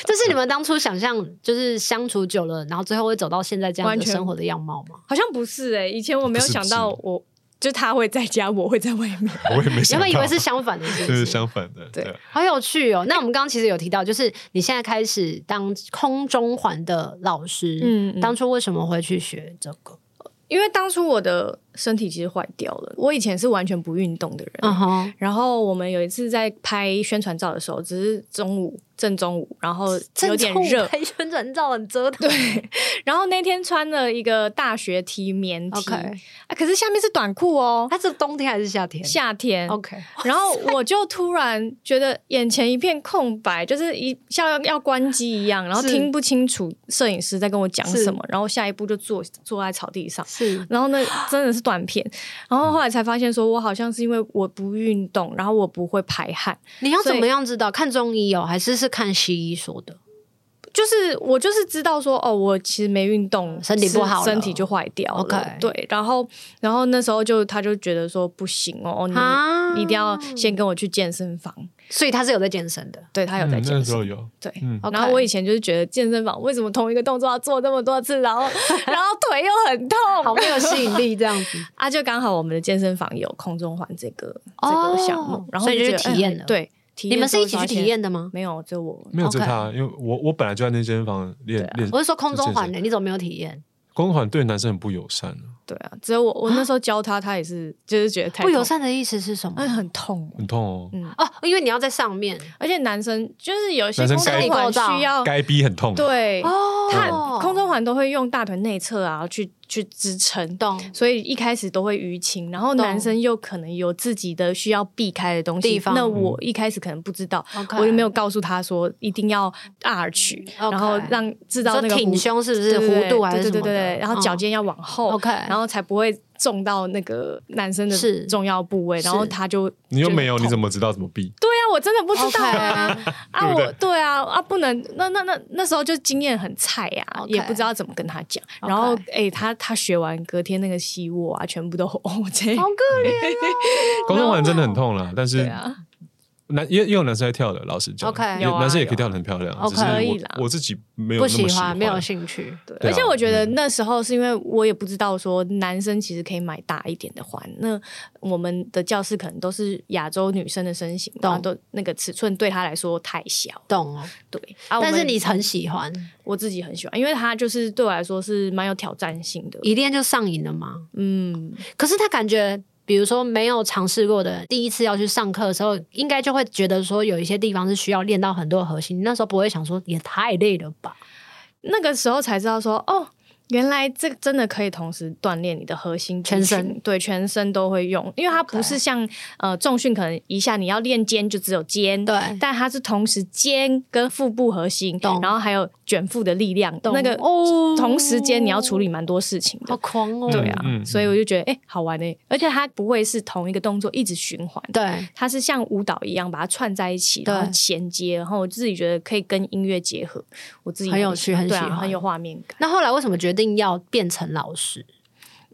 [SPEAKER 1] 这是你们当初想象，就是相处久了，然后最后会走到现在这样
[SPEAKER 3] 完
[SPEAKER 1] 的
[SPEAKER 3] 全
[SPEAKER 1] 生活的样貌吗？
[SPEAKER 3] 好像不是哎、以前我没有
[SPEAKER 2] 不是
[SPEAKER 3] 想到
[SPEAKER 2] 不是
[SPEAKER 3] 我，就他会在家，我会在外面。 [laughs]
[SPEAKER 2] 我也没
[SPEAKER 1] 原
[SPEAKER 2] 想到。
[SPEAKER 1] 本以为是相反的事
[SPEAKER 2] [laughs] 就是
[SPEAKER 1] 情，
[SPEAKER 2] 相反的，对啊，
[SPEAKER 1] 好有趣哦！那我们刚刚其实有提到，就是你现在开始当空中环的老师，
[SPEAKER 3] 嗯嗯
[SPEAKER 1] 当初为什么会去学这个？
[SPEAKER 3] 因为当初我的身体其实坏掉了，我以前是完全不运动的人。
[SPEAKER 1] 嗯哼，
[SPEAKER 3] 然后我们有一次在拍宣传照的时候，只是中午正中午，然后有点热，
[SPEAKER 1] 拍宣传照很折腾。对
[SPEAKER 3] 然后那天穿了一个大学 T 棉 T，、
[SPEAKER 1] ，OK，
[SPEAKER 3] 啊、可是下面是短裤哦，
[SPEAKER 1] 它是冬天还是夏天？
[SPEAKER 3] 夏天。
[SPEAKER 1] OK，
[SPEAKER 3] 然后我就突然觉得眼前一片空白，就是一像要要关机一样，然后
[SPEAKER 1] 是
[SPEAKER 3] 听不清楚摄影师在跟我讲
[SPEAKER 1] 是
[SPEAKER 3] 什么，然后下一步就坐坐在草地上。
[SPEAKER 1] 是
[SPEAKER 3] 然后呢，真的是断片。然后后来才发现，说我好像是因为我不运动，然后我不会排汗，
[SPEAKER 1] 你要
[SPEAKER 3] 所以
[SPEAKER 1] 怎么样知道？看中医哦，还是是看西医说的？
[SPEAKER 3] 就是我就是知道说，哦，我其实没运动，
[SPEAKER 1] 身体不好了
[SPEAKER 3] 身体就坏掉了。
[SPEAKER 1] OK
[SPEAKER 3] 对，然后然后那时候就他就觉得说不行哦，你
[SPEAKER 1] 啊，
[SPEAKER 3] 一定要先跟我去健身房。
[SPEAKER 1] 所以他是有在健身的。
[SPEAKER 3] 对他有在哦
[SPEAKER 2] 嗯那
[SPEAKER 3] 健
[SPEAKER 2] 时
[SPEAKER 3] 身，
[SPEAKER 2] 候有，
[SPEAKER 3] 对。
[SPEAKER 2] 嗯，
[SPEAKER 1] OK
[SPEAKER 3] 然后我以前就是觉得健身房为什么同一个动作要做那么多次，然后 [laughs] 然后腿又很痛，
[SPEAKER 1] 好没有吸引力这样子，
[SPEAKER 3] 啊，就刚好我们的健身房有空中环这个、
[SPEAKER 1] 哦
[SPEAKER 3] 这个项目，然后
[SPEAKER 1] 所以就
[SPEAKER 3] 觉
[SPEAKER 1] 去
[SPEAKER 3] 得
[SPEAKER 1] 体验
[SPEAKER 3] 哎
[SPEAKER 1] 了
[SPEAKER 3] 对，体验
[SPEAKER 1] [laughs] 你们是一
[SPEAKER 3] 之
[SPEAKER 1] 起
[SPEAKER 3] 后
[SPEAKER 1] 去
[SPEAKER 3] 就
[SPEAKER 1] 体
[SPEAKER 3] 发现？
[SPEAKER 1] 验的吗？
[SPEAKER 3] 没有，只有我。
[SPEAKER 2] 没有这
[SPEAKER 1] OK
[SPEAKER 2] 他，因为我我本来就在那间房练练
[SPEAKER 1] 我是说空中环
[SPEAKER 2] 健身，
[SPEAKER 1] 的，你怎么没有体验？
[SPEAKER 2] 公环对男生很不友善啊，
[SPEAKER 3] 对啊，只有我，我那时候教他，他也是就是觉得太
[SPEAKER 1] 不友
[SPEAKER 3] 痛，
[SPEAKER 1] 善的意思是什么
[SPEAKER 3] 哎，？很痛哦。
[SPEAKER 2] 很痛哦，
[SPEAKER 1] 哦，因为你要在上面
[SPEAKER 3] 而且男生就是有一些
[SPEAKER 2] 男生
[SPEAKER 3] 空中环
[SPEAKER 1] 该
[SPEAKER 3] 需要
[SPEAKER 2] 该逼很痛，
[SPEAKER 3] 哦对，
[SPEAKER 1] 哦
[SPEAKER 3] 他空中环都会用大腿内侧啊去去支撑。
[SPEAKER 1] 懂
[SPEAKER 3] 所以一开始都会淤青，然后
[SPEAKER 1] 懂
[SPEAKER 3] 男生又可能有自己的需要避开的东西。
[SPEAKER 1] 地方
[SPEAKER 3] 那我一开始可能不知道
[SPEAKER 1] OK 嗯
[SPEAKER 3] 我就没有告诉他说一定要 R 曲
[SPEAKER 1] OK
[SPEAKER 3] 然后让制
[SPEAKER 1] 说
[SPEAKER 3] 造那个
[SPEAKER 1] 挺
[SPEAKER 3] 弧
[SPEAKER 1] 胸是不
[SPEAKER 3] 对
[SPEAKER 1] 是
[SPEAKER 3] 对对
[SPEAKER 1] 弧度还是
[SPEAKER 3] 对
[SPEAKER 1] 什
[SPEAKER 3] 对
[SPEAKER 1] 么
[SPEAKER 3] 对
[SPEAKER 1] 的？嗯哦
[SPEAKER 3] 对，然后脚尖要往后、
[SPEAKER 1] OK
[SPEAKER 3] 然后才不会中到那个男生
[SPEAKER 1] 是
[SPEAKER 3] 的重要部位，
[SPEAKER 1] 是
[SPEAKER 3] 然后他就
[SPEAKER 2] 你又
[SPEAKER 3] 觉得
[SPEAKER 2] 没有，你
[SPEAKER 3] 痛
[SPEAKER 2] 怎么知道怎么逼？
[SPEAKER 3] 对啊，我真的不知
[SPEAKER 1] OK
[SPEAKER 3] 道啊啊，
[SPEAKER 2] 对不对
[SPEAKER 3] 我对啊啊，不能那那那那时候就经验很菜呀、啊
[SPEAKER 1] OK
[SPEAKER 3] 也不知道怎么跟他讲。
[SPEAKER 1] OK
[SPEAKER 3] 然后哎、他他学完隔天那个膝卧啊，全部都 OK，
[SPEAKER 1] 好可怜
[SPEAKER 2] 公中环真的很痛啦，但
[SPEAKER 3] 对
[SPEAKER 2] 是
[SPEAKER 3] 啊，
[SPEAKER 2] 男也也有男生在跳的，老实讲
[SPEAKER 1] OK
[SPEAKER 2] 也
[SPEAKER 3] 有啊
[SPEAKER 2] 男生也可以
[SPEAKER 3] 有
[SPEAKER 2] 跳的很漂亮，
[SPEAKER 1] OK
[SPEAKER 2] 只是
[SPEAKER 3] 可以啦
[SPEAKER 2] 我我自己没有
[SPEAKER 1] 不
[SPEAKER 2] 那
[SPEAKER 1] 喜
[SPEAKER 2] 么喜
[SPEAKER 1] 欢，没有兴趣。
[SPEAKER 3] 对。
[SPEAKER 2] 对
[SPEAKER 3] 而
[SPEAKER 2] 啊
[SPEAKER 3] 且我觉得那时候是因为我也不知道说男生其实可以买大一点的环，那我们的教室可能都是亚洲女生的身形嘛，
[SPEAKER 1] 懂
[SPEAKER 3] 然后都那个尺寸对他来说太小，
[SPEAKER 1] 懂哦，
[SPEAKER 3] 对啊。
[SPEAKER 1] 但
[SPEAKER 3] 我
[SPEAKER 1] 是
[SPEAKER 3] 们
[SPEAKER 1] 你很喜欢，
[SPEAKER 3] 我自己很喜欢，因为他就是对我来说是蛮有挑战性的，
[SPEAKER 1] 一练就上瘾了吗？
[SPEAKER 3] 嗯。
[SPEAKER 1] 可是他感觉，比如说没有尝试过的，第一次要去上课的时候，应该就会觉得说有一些地方是需要练到很多核心。你那时候不会想说也太累了吧？
[SPEAKER 3] 那个时候才知道说，哦，原来这个真的可以同时锻炼你的核心肌群
[SPEAKER 1] 全身
[SPEAKER 3] 对，全身都会用，因为它不是像呃重训可能一下你要练肩就只有肩，
[SPEAKER 1] 对
[SPEAKER 3] 但它是同时肩跟腹部核心
[SPEAKER 1] 懂，
[SPEAKER 3] 然后还有卷腹的力量，
[SPEAKER 1] 懂
[SPEAKER 3] 那个
[SPEAKER 1] 哦
[SPEAKER 3] 同时间你要处理蛮多事情
[SPEAKER 1] 好
[SPEAKER 3] 的，
[SPEAKER 1] 狂哦，
[SPEAKER 3] 对啊
[SPEAKER 2] 嗯嗯，
[SPEAKER 3] 所以我就觉得哎、好玩呢、而且它不会是同一个动作一直循环，
[SPEAKER 1] 对，
[SPEAKER 3] 它是像舞蹈一样把它串在一起，
[SPEAKER 1] 对
[SPEAKER 3] 然后衔接，然后我自己觉得可以跟音乐结合，我自己
[SPEAKER 1] 很有趣很
[SPEAKER 3] 对啊
[SPEAKER 1] 喜欢
[SPEAKER 3] 很有画面感。
[SPEAKER 1] 那后来为什么决定要变成老师？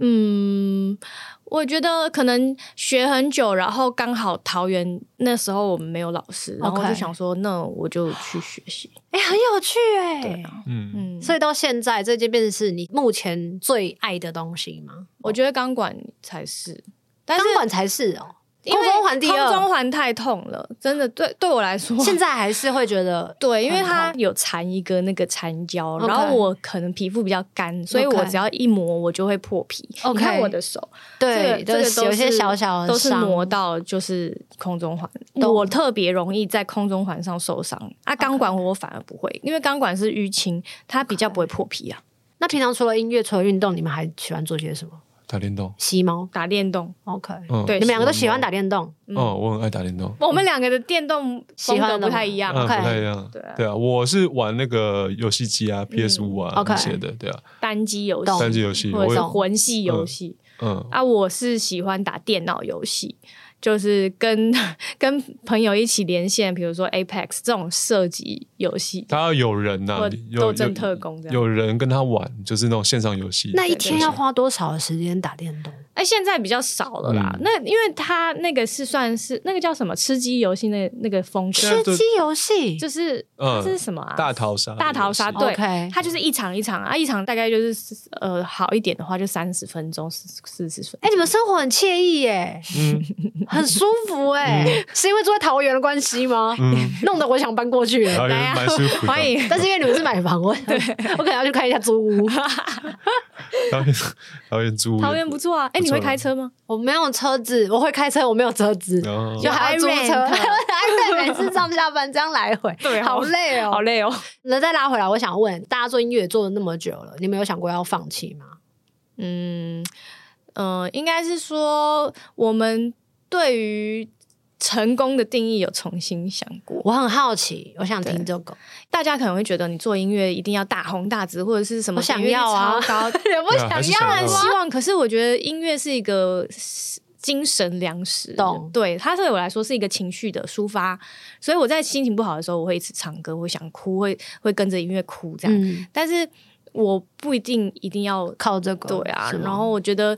[SPEAKER 3] 嗯，我觉得可能学很久，然后刚好桃园那时候我们没有老师，然后我
[SPEAKER 1] OK
[SPEAKER 3] 就想说，那我就去学习。
[SPEAKER 1] 哎、很有趣哎、
[SPEAKER 2] 嗯，
[SPEAKER 3] 嗯，
[SPEAKER 1] 所以到现在，这就变成是你目前最爱的东西吗？
[SPEAKER 3] 我觉得钢管才是，但
[SPEAKER 1] 钢
[SPEAKER 3] 是
[SPEAKER 1] 管才是哦、
[SPEAKER 3] 因为
[SPEAKER 1] 空中环第二
[SPEAKER 3] 空中环太痛了，真的对对我来说，
[SPEAKER 1] 现在还是会觉得
[SPEAKER 3] 对，因为
[SPEAKER 1] 很痛
[SPEAKER 3] 它有缠一个那个缠胶
[SPEAKER 1] OK
[SPEAKER 3] 然后我可能皮肤比较干，所以我
[SPEAKER 1] OK
[SPEAKER 3] 只要一磨我就会破皮。
[SPEAKER 1] OK
[SPEAKER 3] 你看我的手，
[SPEAKER 1] 对，
[SPEAKER 3] 这个
[SPEAKER 1] 就是
[SPEAKER 3] 这个
[SPEAKER 1] 有
[SPEAKER 3] 都
[SPEAKER 1] 一些
[SPEAKER 3] 是
[SPEAKER 1] 小小的
[SPEAKER 3] 都是
[SPEAKER 1] 伤
[SPEAKER 3] 磨到就是空中环，
[SPEAKER 1] 懂
[SPEAKER 3] 我特别容易在空中环上受伤。啊，钢管我反而不会，因为钢管是淤青，它比较不会破皮啊。
[SPEAKER 1] 那平常除了音乐，除了运动，你们还喜欢做些什么？
[SPEAKER 2] 打电动，
[SPEAKER 1] 吸猫
[SPEAKER 3] 打电动，
[SPEAKER 1] ，OK，
[SPEAKER 2] 嗯，
[SPEAKER 3] 对
[SPEAKER 1] 你们两个都喜欢打电动，
[SPEAKER 2] 嗯，我很爱打电动，
[SPEAKER 3] 我们两个的电动
[SPEAKER 1] 喜
[SPEAKER 3] 风
[SPEAKER 1] 欢的
[SPEAKER 3] 格不太一样
[SPEAKER 2] 嗯，不
[SPEAKER 3] 啊，
[SPEAKER 1] OK
[SPEAKER 2] 太一样
[SPEAKER 3] 对啊，嗯
[SPEAKER 2] 对啊，我是玩那个游戏机啊，PS 五啊
[SPEAKER 1] OK
[SPEAKER 2] 那些的，对啊，
[SPEAKER 3] 单机游
[SPEAKER 1] 懂
[SPEAKER 2] 单
[SPEAKER 3] 戏
[SPEAKER 2] 机游戏，
[SPEAKER 3] 或者
[SPEAKER 2] 我
[SPEAKER 3] 是
[SPEAKER 2] 也
[SPEAKER 1] 懂
[SPEAKER 3] 魂系游戏。
[SPEAKER 2] 嗯
[SPEAKER 3] 啊，我是喜欢打电脑游戏，就是跟跟朋友一起连线，比如说 Apex 这种射击游戏，
[SPEAKER 2] 他要有人呐、
[SPEAKER 3] 或
[SPEAKER 2] 啊有
[SPEAKER 3] 斗
[SPEAKER 2] 有
[SPEAKER 3] 争特工这样。
[SPEAKER 2] 有人跟他玩，就是那种线上游戏。
[SPEAKER 1] 那一天要花多少的时间打电动？
[SPEAKER 3] 哎、现在比较少了啦。
[SPEAKER 2] 嗯
[SPEAKER 3] 那因为它那个是算是那个叫什么吃鸡游戏那那个风格，
[SPEAKER 1] 吃
[SPEAKER 2] 对
[SPEAKER 1] 鸡游戏
[SPEAKER 3] 就是
[SPEAKER 2] 嗯
[SPEAKER 3] 这是什么啊？
[SPEAKER 2] 大逃杀，
[SPEAKER 3] 大逃杀，对。
[SPEAKER 1] ，OK，
[SPEAKER 3] 它就是一场一场啊，一场大概就是呃好一点的话就三十分钟、四四十分钟。
[SPEAKER 1] 哎，你们生活很惬意耶，
[SPEAKER 2] 嗯
[SPEAKER 1] 很舒服哎，是因为住在桃园的关系吗？
[SPEAKER 3] [laughs]
[SPEAKER 2] 嗯，
[SPEAKER 1] 弄得我想搬过去了
[SPEAKER 2] 然后。也是蛮舒服的。
[SPEAKER 3] 啊欢
[SPEAKER 2] [laughs]
[SPEAKER 3] 迎，
[SPEAKER 1] 但是因为你们是买房，我我可能要去看一下租 [laughs] 屋。
[SPEAKER 2] 桃园，桃园租屋
[SPEAKER 3] 桃园不错啊。哎、
[SPEAKER 2] 不
[SPEAKER 3] 你
[SPEAKER 2] 错
[SPEAKER 3] 会开车吗？
[SPEAKER 1] 我没有车子，我会开车，我没有车子，
[SPEAKER 2] 哦
[SPEAKER 1] 就还要租车。
[SPEAKER 3] 有 iRent
[SPEAKER 1] 对，每次上下班这样来回，
[SPEAKER 3] 对哦
[SPEAKER 1] 好累哦
[SPEAKER 3] 好。累哦。
[SPEAKER 1] 那再拉回来，我想问大家做音乐做了那么久了，你们有想过要放弃吗？
[SPEAKER 3] 嗯，呃，应该是说我们对于成功的定义有重新想过。
[SPEAKER 1] 我很好奇，我想听
[SPEAKER 3] 对
[SPEAKER 1] 这个，
[SPEAKER 3] 大家可能会觉得你做音乐一定要大红大紫或者是什么
[SPEAKER 1] 我想
[SPEAKER 3] 点阅率
[SPEAKER 1] 要啊
[SPEAKER 3] 超高，
[SPEAKER 1] [laughs] [laughs] 也不
[SPEAKER 2] 对啊还是想要
[SPEAKER 1] 啊
[SPEAKER 3] 希望。可是我觉得音乐是一个精神粮食，
[SPEAKER 1] 懂
[SPEAKER 3] 对它对我来说是一个情绪的抒发。所以我在心情不好的时候，我会一直唱歌，我会想哭，会会跟着音乐哭这样。
[SPEAKER 1] 嗯，
[SPEAKER 3] 但是我不一定一定要
[SPEAKER 1] 靠这个
[SPEAKER 3] 对啊
[SPEAKER 1] 是，吗
[SPEAKER 3] 然后我觉得，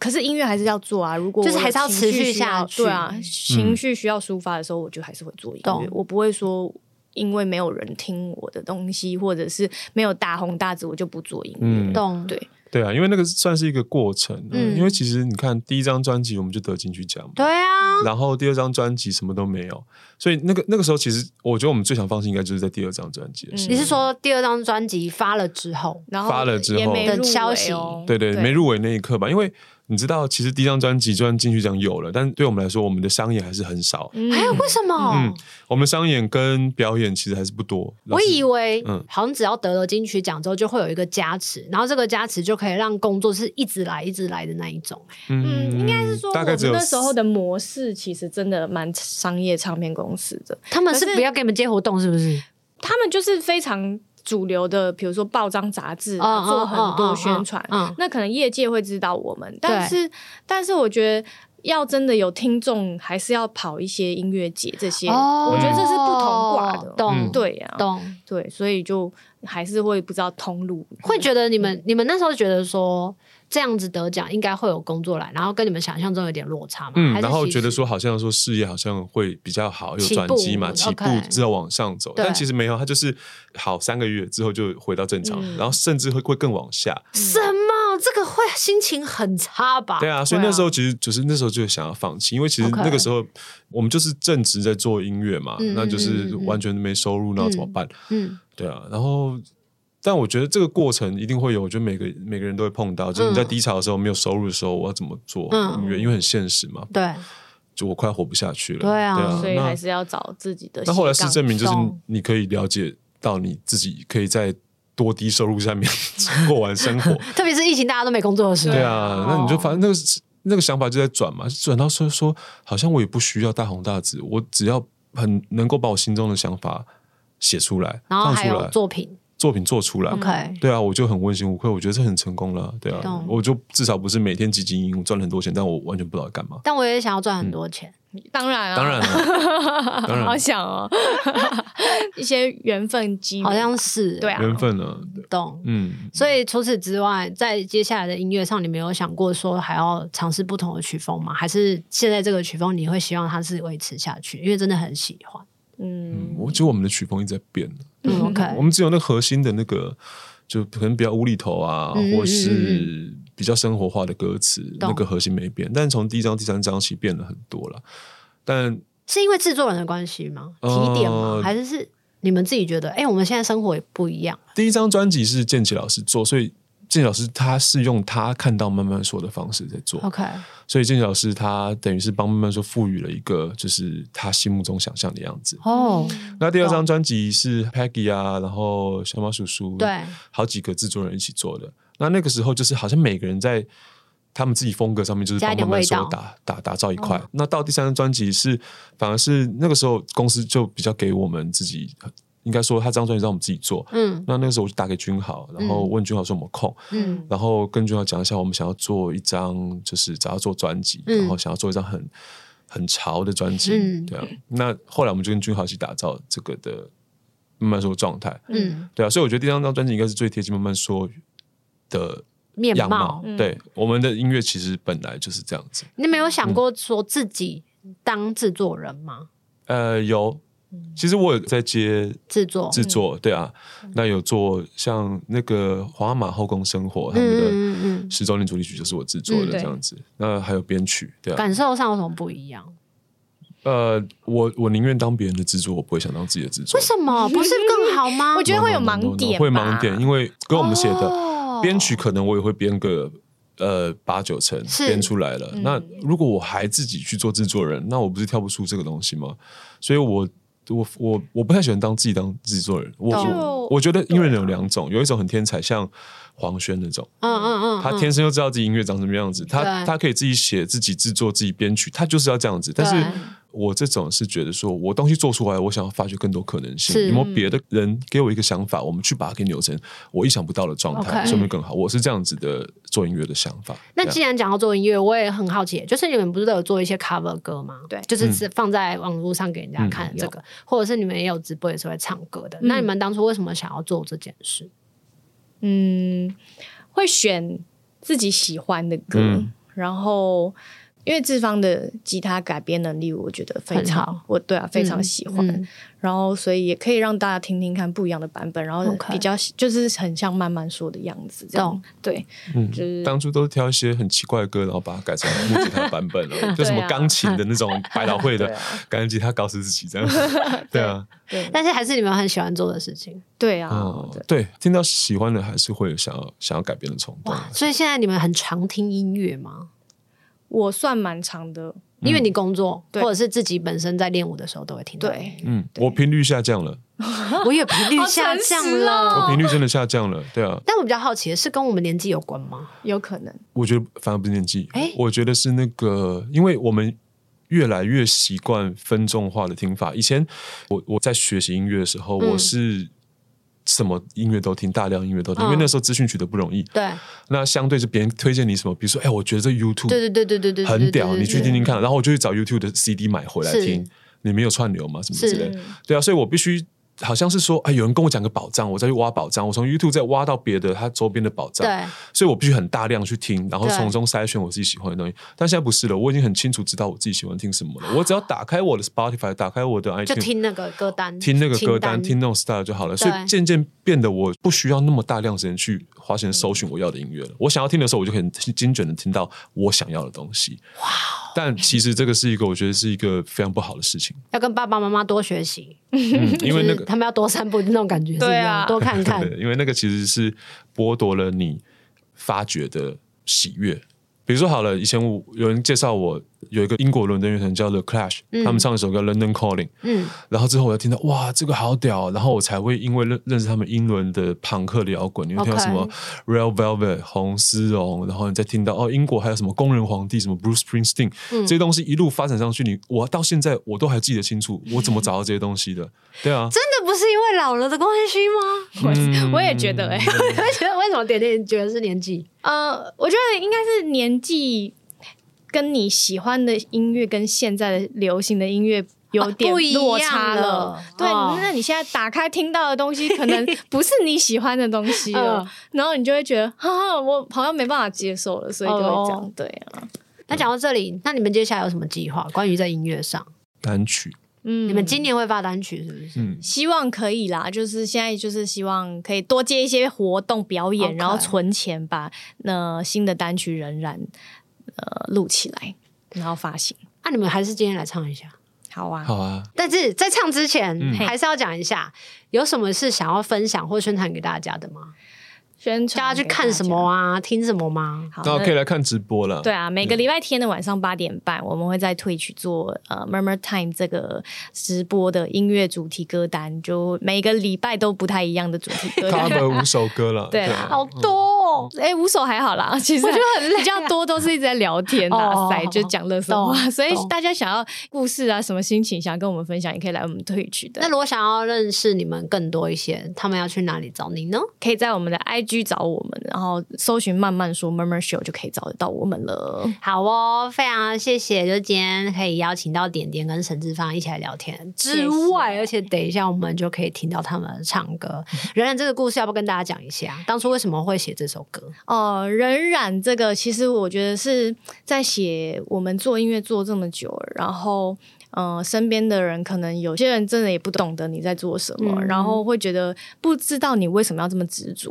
[SPEAKER 3] 可是音乐还是要做啊。如果
[SPEAKER 1] 就是
[SPEAKER 3] 我有
[SPEAKER 1] 还是要
[SPEAKER 3] 情
[SPEAKER 1] 持
[SPEAKER 3] 绪
[SPEAKER 1] 续
[SPEAKER 3] 需
[SPEAKER 1] 下
[SPEAKER 3] 要
[SPEAKER 1] 去嗯
[SPEAKER 3] 对啊，情绪需要抒发的时候，我就还是会做音
[SPEAKER 1] 懂
[SPEAKER 3] 乐。我不会说因为没有人听我的东西，或者是没有大红大紫，我就不做音乐。
[SPEAKER 2] 嗯
[SPEAKER 1] 懂
[SPEAKER 3] 对
[SPEAKER 2] 对啊，因为那个算是一个过程、啊。
[SPEAKER 1] 嗯
[SPEAKER 2] 因为其实你看第一张专辑我们就得金曲奖嘛，
[SPEAKER 1] 对啊，
[SPEAKER 2] 然后第二张专辑什么都没有，所以那个那个时候其实我觉得我们最想放弃应该就是在第二张专
[SPEAKER 3] 嗯
[SPEAKER 2] 辑的时候。
[SPEAKER 1] 你是说第二张专辑发了之后，
[SPEAKER 3] 然后
[SPEAKER 2] 发了之
[SPEAKER 3] 也
[SPEAKER 2] 后
[SPEAKER 3] 没
[SPEAKER 1] 的
[SPEAKER 3] 入围
[SPEAKER 1] 消息
[SPEAKER 3] 哦
[SPEAKER 2] 对对，没入围那一刻吧，因为你知道，其实第一张专辑虽然金曲奖有了，但对我们来说，我们的商演还是很少，
[SPEAKER 3] 嗯
[SPEAKER 1] 还有哎为什么
[SPEAKER 2] 嗯？我们的商演跟表演其实还是不多。
[SPEAKER 1] 我以
[SPEAKER 2] 为
[SPEAKER 1] 为
[SPEAKER 2] 嗯
[SPEAKER 1] 好像只要得了金曲奖之后，就会有一个加持，然后这个加持就可以让工作是一直来一直来的那一种。
[SPEAKER 3] 嗯，应该是说我
[SPEAKER 2] 大概
[SPEAKER 3] 们
[SPEAKER 2] 只有
[SPEAKER 3] 那时候的模式其实真的蛮商业唱片公司的，
[SPEAKER 1] 他们是
[SPEAKER 3] 可是
[SPEAKER 1] 不要给你们接活动，是不是？
[SPEAKER 3] 他们就是非常主流的，比如说报章杂志、
[SPEAKER 1] 嗯
[SPEAKER 3] 做很多宣传，
[SPEAKER 1] 嗯嗯嗯嗯
[SPEAKER 3] 那可能业界会知道我们，但是但是我觉得。要真的有听众，还是要跑一些音乐节这些，
[SPEAKER 1] 哦
[SPEAKER 3] 我觉得这是不同挂的。
[SPEAKER 1] 懂
[SPEAKER 2] 嗯
[SPEAKER 3] 对呀、
[SPEAKER 1] 懂。
[SPEAKER 3] 对，所以就还是会不知道通路。
[SPEAKER 1] 会觉得你们你们那时候觉得说这样子得奖应该会有工作来，然后跟你们想象中有点落差嘛？
[SPEAKER 2] 嗯
[SPEAKER 1] 还，是
[SPEAKER 2] 然后
[SPEAKER 1] 其实
[SPEAKER 2] 觉得说好像说事业好像会比较好，有
[SPEAKER 1] 起
[SPEAKER 2] 转
[SPEAKER 1] 步
[SPEAKER 2] 机嘛，起步
[SPEAKER 1] OK
[SPEAKER 2] 之后往上走，
[SPEAKER 1] 对
[SPEAKER 2] 但其实没有，它就是好三个月之后就回到正常，
[SPEAKER 3] 嗯
[SPEAKER 2] 然后甚至会会更往下。
[SPEAKER 1] 什么这个会心情很差吧？
[SPEAKER 2] 对啊，所以
[SPEAKER 3] 对啊
[SPEAKER 2] 那时候其实就是那时候就想要放弃，因为其实
[SPEAKER 1] OK
[SPEAKER 2] 那个时候我们就是正职在做音乐嘛，
[SPEAKER 1] 嗯
[SPEAKER 2] 那就是完全没收入，那怎么办？
[SPEAKER 1] 嗯，
[SPEAKER 2] 对啊，然后。但我觉得这个过程一定会有，我觉得每个每个人都会碰到，就是你在低潮的时候没有收入的时候，我要怎么做
[SPEAKER 1] 嗯
[SPEAKER 2] 音乐？因为很现实嘛，
[SPEAKER 1] 对，
[SPEAKER 2] 就我快活不下去了。
[SPEAKER 1] 对啊
[SPEAKER 3] 所以
[SPEAKER 2] 嗯那
[SPEAKER 3] 还是要找自己的斜杠。
[SPEAKER 2] 那后来是证明，就是
[SPEAKER 1] 懂
[SPEAKER 2] 你可以了解到你自己可以在多低收入下面 [laughs] 过完生
[SPEAKER 1] [laughs]
[SPEAKER 2] 活。
[SPEAKER 1] 特别是疫情大家都没工作的时候，
[SPEAKER 2] 对啊，那你就发现那个那个想法就在转嘛，转到说说，好像我也不需要大红大紫，我只要很能够把我心中的想法写出来，
[SPEAKER 1] 然后
[SPEAKER 2] 放
[SPEAKER 1] 还
[SPEAKER 2] 出
[SPEAKER 1] 有嗯
[SPEAKER 2] 来，
[SPEAKER 1] 作品
[SPEAKER 2] 作品做出来。
[SPEAKER 1] ，OK，
[SPEAKER 2] 对啊，我就很问心无愧，我觉得这很成功了。对啊
[SPEAKER 1] 懂，
[SPEAKER 2] 我就至少不是每天汲汲营营赚了很多钱，但我完全不知道干嘛。
[SPEAKER 1] 但我也想要赚
[SPEAKER 2] 嗯
[SPEAKER 1] 很多钱，
[SPEAKER 3] 当然啊，
[SPEAKER 2] 当
[SPEAKER 1] [laughs]
[SPEAKER 2] 然了，当然
[SPEAKER 3] 好想哦，一些缘分机遇
[SPEAKER 1] 好像是欸
[SPEAKER 3] 对啊
[SPEAKER 2] 缘分了，对
[SPEAKER 1] 懂。
[SPEAKER 2] 嗯，
[SPEAKER 1] 所以除此之外，在接下来的音乐上，你没有想过说还要尝试不同的曲风吗？还是现在这个曲风你会希望它是维持下去？因为真的很喜欢。
[SPEAKER 3] 嗯
[SPEAKER 2] 嗯我觉得我们的曲风一直在变，
[SPEAKER 1] 嗯
[SPEAKER 2] 我
[SPEAKER 1] ，OK，
[SPEAKER 2] 们只有那核心的那个，就可能比较无厘头啊，
[SPEAKER 1] 嗯
[SPEAKER 2] 或是比较生活化的歌词，
[SPEAKER 1] 懂
[SPEAKER 2] 那个核心没变。但从第一章、第三章起变了很多了。但
[SPEAKER 1] 是因为制作人的关系吗？提
[SPEAKER 2] 呃
[SPEAKER 1] 点吗？还是是你们自己觉得？哎、我们现在生活也不一样。
[SPEAKER 2] 第一张专辑是建奇老师做，所以建奇老师他是用他看到慢慢说的方式在做，
[SPEAKER 1] OK，
[SPEAKER 2] 所以建奇老师他等于是帮慢慢说赋予了一个就是他心目中想象的样子。
[SPEAKER 1] 哦、
[SPEAKER 2] 那第二张专辑是 Peggy 啊，然后小马叔叔，
[SPEAKER 1] 对，
[SPEAKER 2] 好几个制作人一起做的。那那个时候就是好像每个人在他们自己风格上面就是
[SPEAKER 1] 加一
[SPEAKER 2] 帮
[SPEAKER 1] 点
[SPEAKER 2] 慢慢
[SPEAKER 1] 味
[SPEAKER 2] 说
[SPEAKER 1] 道嗯
[SPEAKER 2] 打打打造一块。那到第三张专辑是反而是那个时候公司就比较给我们自己，应该说他这张专辑让我们自己做。
[SPEAKER 1] 嗯
[SPEAKER 2] 那那个时候我就打给君豪，然后问君豪说有没有空，
[SPEAKER 1] 嗯，
[SPEAKER 2] 然后跟君豪讲一下我们想要做一张，就是想要做专辑，
[SPEAKER 1] 嗯
[SPEAKER 2] 然后想要做一张很很潮的专辑，
[SPEAKER 1] 嗯
[SPEAKER 2] 对啊。那后来我们就跟君豪一起打造这个的慢慢说的状态，
[SPEAKER 1] 嗯，
[SPEAKER 2] 对啊，所以我觉得第三张专辑应该是最贴近慢慢说的
[SPEAKER 1] 面
[SPEAKER 2] 样
[SPEAKER 1] 貌
[SPEAKER 2] 貌。。对，我们的音乐其实本来就是这样子。
[SPEAKER 1] 你没有
[SPEAKER 2] 嗯
[SPEAKER 1] 想过说自己当制作人吗？
[SPEAKER 2] 呃，有，
[SPEAKER 1] 嗯
[SPEAKER 2] 其实我有在接
[SPEAKER 1] 制作，
[SPEAKER 2] 制作，对啊，那有做像那个皇阿玛后宫生活他们的
[SPEAKER 1] 嗯嗯
[SPEAKER 2] 十周年主题曲就是我制作
[SPEAKER 1] 嗯
[SPEAKER 2] 的
[SPEAKER 3] 对
[SPEAKER 2] 这样子，那还有编曲，对
[SPEAKER 1] 嗯，
[SPEAKER 2] 啊，
[SPEAKER 1] 感受上有什么不一样？
[SPEAKER 2] 呃，我我宁愿当别人的制作，我不会想当自己的制作
[SPEAKER 1] 为。什么不是更好吗？
[SPEAKER 3] 我觉得会有盲
[SPEAKER 2] No, no, no, no,
[SPEAKER 3] 点吧
[SPEAKER 2] 会盲点，因为跟我们写的
[SPEAKER 1] 哦
[SPEAKER 2] 编曲可能我也会编个呃八九成
[SPEAKER 1] 是
[SPEAKER 2] 编出来了。那如果我还自己去做制作人，那我不是跳不出这个东西吗？所以我。我我我不太喜欢当自己当制作人，我
[SPEAKER 1] 懂
[SPEAKER 2] 我我觉得音乐人有两种，有一种很天才，像黄轩那种，
[SPEAKER 1] 嗯嗯嗯，
[SPEAKER 2] 他
[SPEAKER 1] 嗯
[SPEAKER 2] 天生就知道自己音乐长什么样子，他
[SPEAKER 1] 对
[SPEAKER 2] 他可以自己写、自己制作、自己编曲，他就是要这样子。但
[SPEAKER 1] 对
[SPEAKER 2] 是我这种是觉得说，我东西做出来，我想要发掘更多可能性，
[SPEAKER 1] 是
[SPEAKER 2] 有没有别的人给我一个想法，我们去把它给扭成我意想不到的状态，
[SPEAKER 1] OK
[SPEAKER 2] 说明更好。我是这样子的做音乐的想法。
[SPEAKER 1] 那
[SPEAKER 2] 这
[SPEAKER 1] 既
[SPEAKER 2] 样
[SPEAKER 1] 然讲到做音乐，我也很好奇，就是你们不是都有做一些 cover 歌吗？
[SPEAKER 3] 对
[SPEAKER 1] 就是只放在网络上给人家看的这个，或者是你们也有直播，也是会唱歌的。那你们当初为什么想要做这件事？
[SPEAKER 3] 嗯，会选自己喜欢的歌，
[SPEAKER 2] 嗯
[SPEAKER 3] 然后因为志芳的吉他改编能力，我觉得非
[SPEAKER 1] 很
[SPEAKER 3] 常
[SPEAKER 1] 好，
[SPEAKER 3] 我对啊非常喜欢，
[SPEAKER 1] 嗯
[SPEAKER 3] 然后所以也可以让大家听听看不一样的版本，然后
[SPEAKER 1] OK
[SPEAKER 3] 比较就是很像慢慢说的样子，这样
[SPEAKER 1] 懂
[SPEAKER 3] 对，
[SPEAKER 2] 嗯
[SPEAKER 3] 就是
[SPEAKER 2] 当初都是挑一些很奇怪的歌，然后把它改成木吉他版本了，就什
[SPEAKER 3] 对
[SPEAKER 2] 么
[SPEAKER 3] 啊
[SPEAKER 2] 钢琴的那种百老汇的
[SPEAKER 3] 对啊
[SPEAKER 2] 感觉吉他搞死自己这样。对啊，
[SPEAKER 3] 对
[SPEAKER 1] 但是还是你们很喜欢做的事情
[SPEAKER 3] 对啊，
[SPEAKER 2] 哦
[SPEAKER 3] 对，
[SPEAKER 2] 对，听到喜欢的还是会有想要想要改变的冲动。
[SPEAKER 1] 哇！所以现在你们很常听音乐吗？
[SPEAKER 3] 我算蛮长的，
[SPEAKER 1] 因为你工作，
[SPEAKER 3] 对
[SPEAKER 1] 或者是自己本身在练舞的时候都会听到。
[SPEAKER 3] 对，
[SPEAKER 2] 嗯，我频率下降了，
[SPEAKER 1] 我也频率下降了。
[SPEAKER 2] 我频率真的下降了。对啊，
[SPEAKER 1] 啊但我比较好奇的是，跟我们年纪有关吗？
[SPEAKER 3] 有可能
[SPEAKER 2] 我觉得反而不是年纪，
[SPEAKER 1] 诶
[SPEAKER 2] 我觉得是那个，因为我们越来越习惯分众化的听法。以前我我在学习音乐的时候，
[SPEAKER 1] 嗯
[SPEAKER 2] 我是什么音乐都听，大量音乐都听，
[SPEAKER 1] 嗯
[SPEAKER 2] 因为那时候资讯取得不容易。
[SPEAKER 1] 对，
[SPEAKER 2] 那相对是别人推荐你什么，比如说，哎，我觉得这 YouTube
[SPEAKER 1] 对对对对对对，
[SPEAKER 2] 很
[SPEAKER 1] 对
[SPEAKER 2] 屌，你去
[SPEAKER 1] 对
[SPEAKER 2] 听。
[SPEAKER 1] 对对
[SPEAKER 2] 听看。然后我就去找 YouTube 的 CD 买回来
[SPEAKER 1] 是
[SPEAKER 2] 听，里面有串流嘛，什么
[SPEAKER 1] 是
[SPEAKER 2] 之类的。对啊，所以我必须好像是说，哎，有人跟我讲个宝藏，我再去挖宝藏，我从 YouTube 再挖到别的它周边的宝藏。
[SPEAKER 1] 对，
[SPEAKER 2] 所以我必须很大量去听，然后
[SPEAKER 1] 对
[SPEAKER 2] 从中筛选我自己喜欢的东西。但现在不是了，我已经很清楚知道我自己喜欢听什么了。我只要打开我的 Spotify，打开我的
[SPEAKER 1] 就
[SPEAKER 2] iTunes，
[SPEAKER 1] 听那个歌单，
[SPEAKER 2] 听那个歌
[SPEAKER 1] 清
[SPEAKER 2] 单，听那种 style 就好了。
[SPEAKER 1] 对
[SPEAKER 2] 所以渐渐变得我不需要那么大量时间去花钱搜寻我要的音乐了。我想要听的时候，我就很精准的听到我想要的东西。哇！
[SPEAKER 1] 哦
[SPEAKER 2] 但其实这个是一个，我觉得是一个非常不好的事
[SPEAKER 1] [laughs]
[SPEAKER 2] 情，
[SPEAKER 1] 要跟爸爸妈妈多学习，
[SPEAKER 2] 嗯、因为那
[SPEAKER 1] 就是
[SPEAKER 2] 个
[SPEAKER 1] 他们要多散步那种感觉，
[SPEAKER 3] 对啊
[SPEAKER 1] 是不是多看看。
[SPEAKER 2] 对，因为那个其实是剥夺了你发掘的喜悦。比如说好了，以前我有人介绍我有一个英国伦敦乐团叫 The Clash，、
[SPEAKER 1] 嗯
[SPEAKER 2] 他们唱一首歌《London Calling》，
[SPEAKER 1] 嗯，
[SPEAKER 2] 然后之后我就听到哇，这个好屌，然后我才会因为认认识他们英伦的朋克的摇滚，你会听到
[SPEAKER 1] OK
[SPEAKER 2] 什么 Real Velvet、红丝绒，然后你再听到哦，英国还有什么工人皇帝、什么 Bruce Springsteen、这些东西一路发展上去，你我到现在我都还记得清楚，我怎么找到这些东西的？对啊，
[SPEAKER 1] 真的不是因为老了的关系 [laughs] 吗？
[SPEAKER 3] 我我也觉得哎、
[SPEAKER 1] 你会觉得为什么点点觉得是年纪？
[SPEAKER 3] 呃，我觉得应该是年纪跟你喜欢的音乐跟现在的流行的音乐。有点
[SPEAKER 1] 啊不一样
[SPEAKER 3] 落差
[SPEAKER 1] 了
[SPEAKER 3] 对，
[SPEAKER 1] 哦
[SPEAKER 3] 那你现在打开听到的东西，可能不是你喜欢的东西了，
[SPEAKER 1] [laughs] 嗯
[SPEAKER 3] 然后你就会觉得，哈哈，我好像没办法接受了，所以就会这
[SPEAKER 1] 哦
[SPEAKER 3] 样，对啊，
[SPEAKER 1] 那讲到这里，那你们接下来有什么计划？关于在音乐上，
[SPEAKER 2] 单曲，
[SPEAKER 3] 嗯，
[SPEAKER 1] 你们今年会发单曲是不是？
[SPEAKER 2] 嗯，
[SPEAKER 3] 希望可以啦，就是现在就是希望可以多接一些活动表演
[SPEAKER 1] OK
[SPEAKER 3] 然后存钱把那新的单曲仍然呃录起来，然后发行。
[SPEAKER 1] 那啊你们还是今天来唱一下。
[SPEAKER 3] 好啊，
[SPEAKER 2] 好啊，
[SPEAKER 1] 但是在唱之前，
[SPEAKER 2] 嗯
[SPEAKER 1] 还是要讲一下，有什么是想要分享或宣传给大家的吗？
[SPEAKER 3] 宣传
[SPEAKER 1] 叫大家去看什么
[SPEAKER 3] 啊？
[SPEAKER 1] 啊，听什么吗？
[SPEAKER 3] 好，
[SPEAKER 2] 那
[SPEAKER 3] 那
[SPEAKER 2] 哦可以来看直播了。
[SPEAKER 3] 对啊，每个礼拜天的晚上八点半，我们会在 Twitch 做呃 Murmur Time 这个直播的音乐主题歌单，就每个礼拜都不太一样的主题歌
[SPEAKER 2] [laughs]
[SPEAKER 3] 单。 [laughs]
[SPEAKER 2] ，cover 五首歌了，
[SPEAKER 3] 对
[SPEAKER 2] 啊
[SPEAKER 3] 啦
[SPEAKER 1] 好多、哦，
[SPEAKER 3] 哎、五首还好啦， [laughs] 其实
[SPEAKER 1] 我觉得很累啊
[SPEAKER 3] 比较多都是一直在聊天、
[SPEAKER 1] 哦
[SPEAKER 3] 打塞，就讲乐色话。
[SPEAKER 1] 懂
[SPEAKER 3] 所以
[SPEAKER 1] 懂
[SPEAKER 3] 大家想要故事啊，什么心情想要跟我们分享，也可以来我们 Twitch
[SPEAKER 1] 那
[SPEAKER 3] 的，
[SPEAKER 1] 如果想要认识你们更多一些，他们要去哪里找你呢？
[SPEAKER 3] 可以在我们的 IG 找我们，然后搜寻“慢慢说 Murmur Show” 就可以找得到我们了。
[SPEAKER 1] 好哦，非常谢谢，就今天可以邀请到点点跟沈志芳一起来聊天之外，而且等一下我们就可以听到他们唱歌。然然这个故事要不要跟大家讲一下？当初为什么会写这首 [laughs] 歌？
[SPEAKER 3] 哦，仍然这个，其实我觉得是在写我们做音乐做这么久了，然后。呃，身边的人可能有些人真的也不懂得你在做什么，
[SPEAKER 1] 嗯
[SPEAKER 3] 然后会觉得不知道你为什么要这么执着。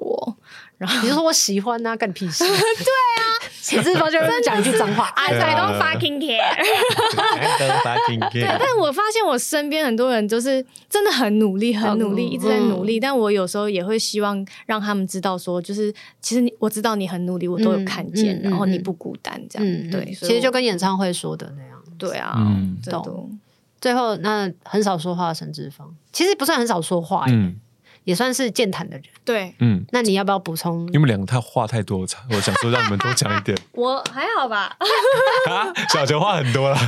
[SPEAKER 1] 你就说我喜欢啊，干屁事？ [laughs] 对啊，沈志芳就会讲一 [laughs] 句脏话，
[SPEAKER 3] I
[SPEAKER 1] 哎，
[SPEAKER 2] 对
[SPEAKER 3] don't fucking care。但我发现我身边很多人就是真的很努力，很努力，
[SPEAKER 1] 嗯
[SPEAKER 3] 一直在努力。但我有时候也会希望让他们知道说，就是其实你我知道你很努力，我都有看见，
[SPEAKER 1] 嗯嗯
[SPEAKER 3] 然后你不孤单，这样、
[SPEAKER 1] 嗯，
[SPEAKER 3] 对。
[SPEAKER 1] 对，
[SPEAKER 3] 所
[SPEAKER 1] 其
[SPEAKER 3] 以我
[SPEAKER 1] 实就跟演唱会说的那样。
[SPEAKER 3] 对啊，
[SPEAKER 2] 嗯
[SPEAKER 3] 真的
[SPEAKER 1] 懂最后，那很少说话的沈志芳，其实不算很少说话，
[SPEAKER 2] 嗯
[SPEAKER 1] 也算是健谈的人。
[SPEAKER 3] 对
[SPEAKER 2] 嗯，
[SPEAKER 1] 那你要不要补充
[SPEAKER 2] 你们两个太话太多，我想说让你们多讲一点。
[SPEAKER 3] 我还好吧，
[SPEAKER 2] 啊，小球话很多了。
[SPEAKER 1] 话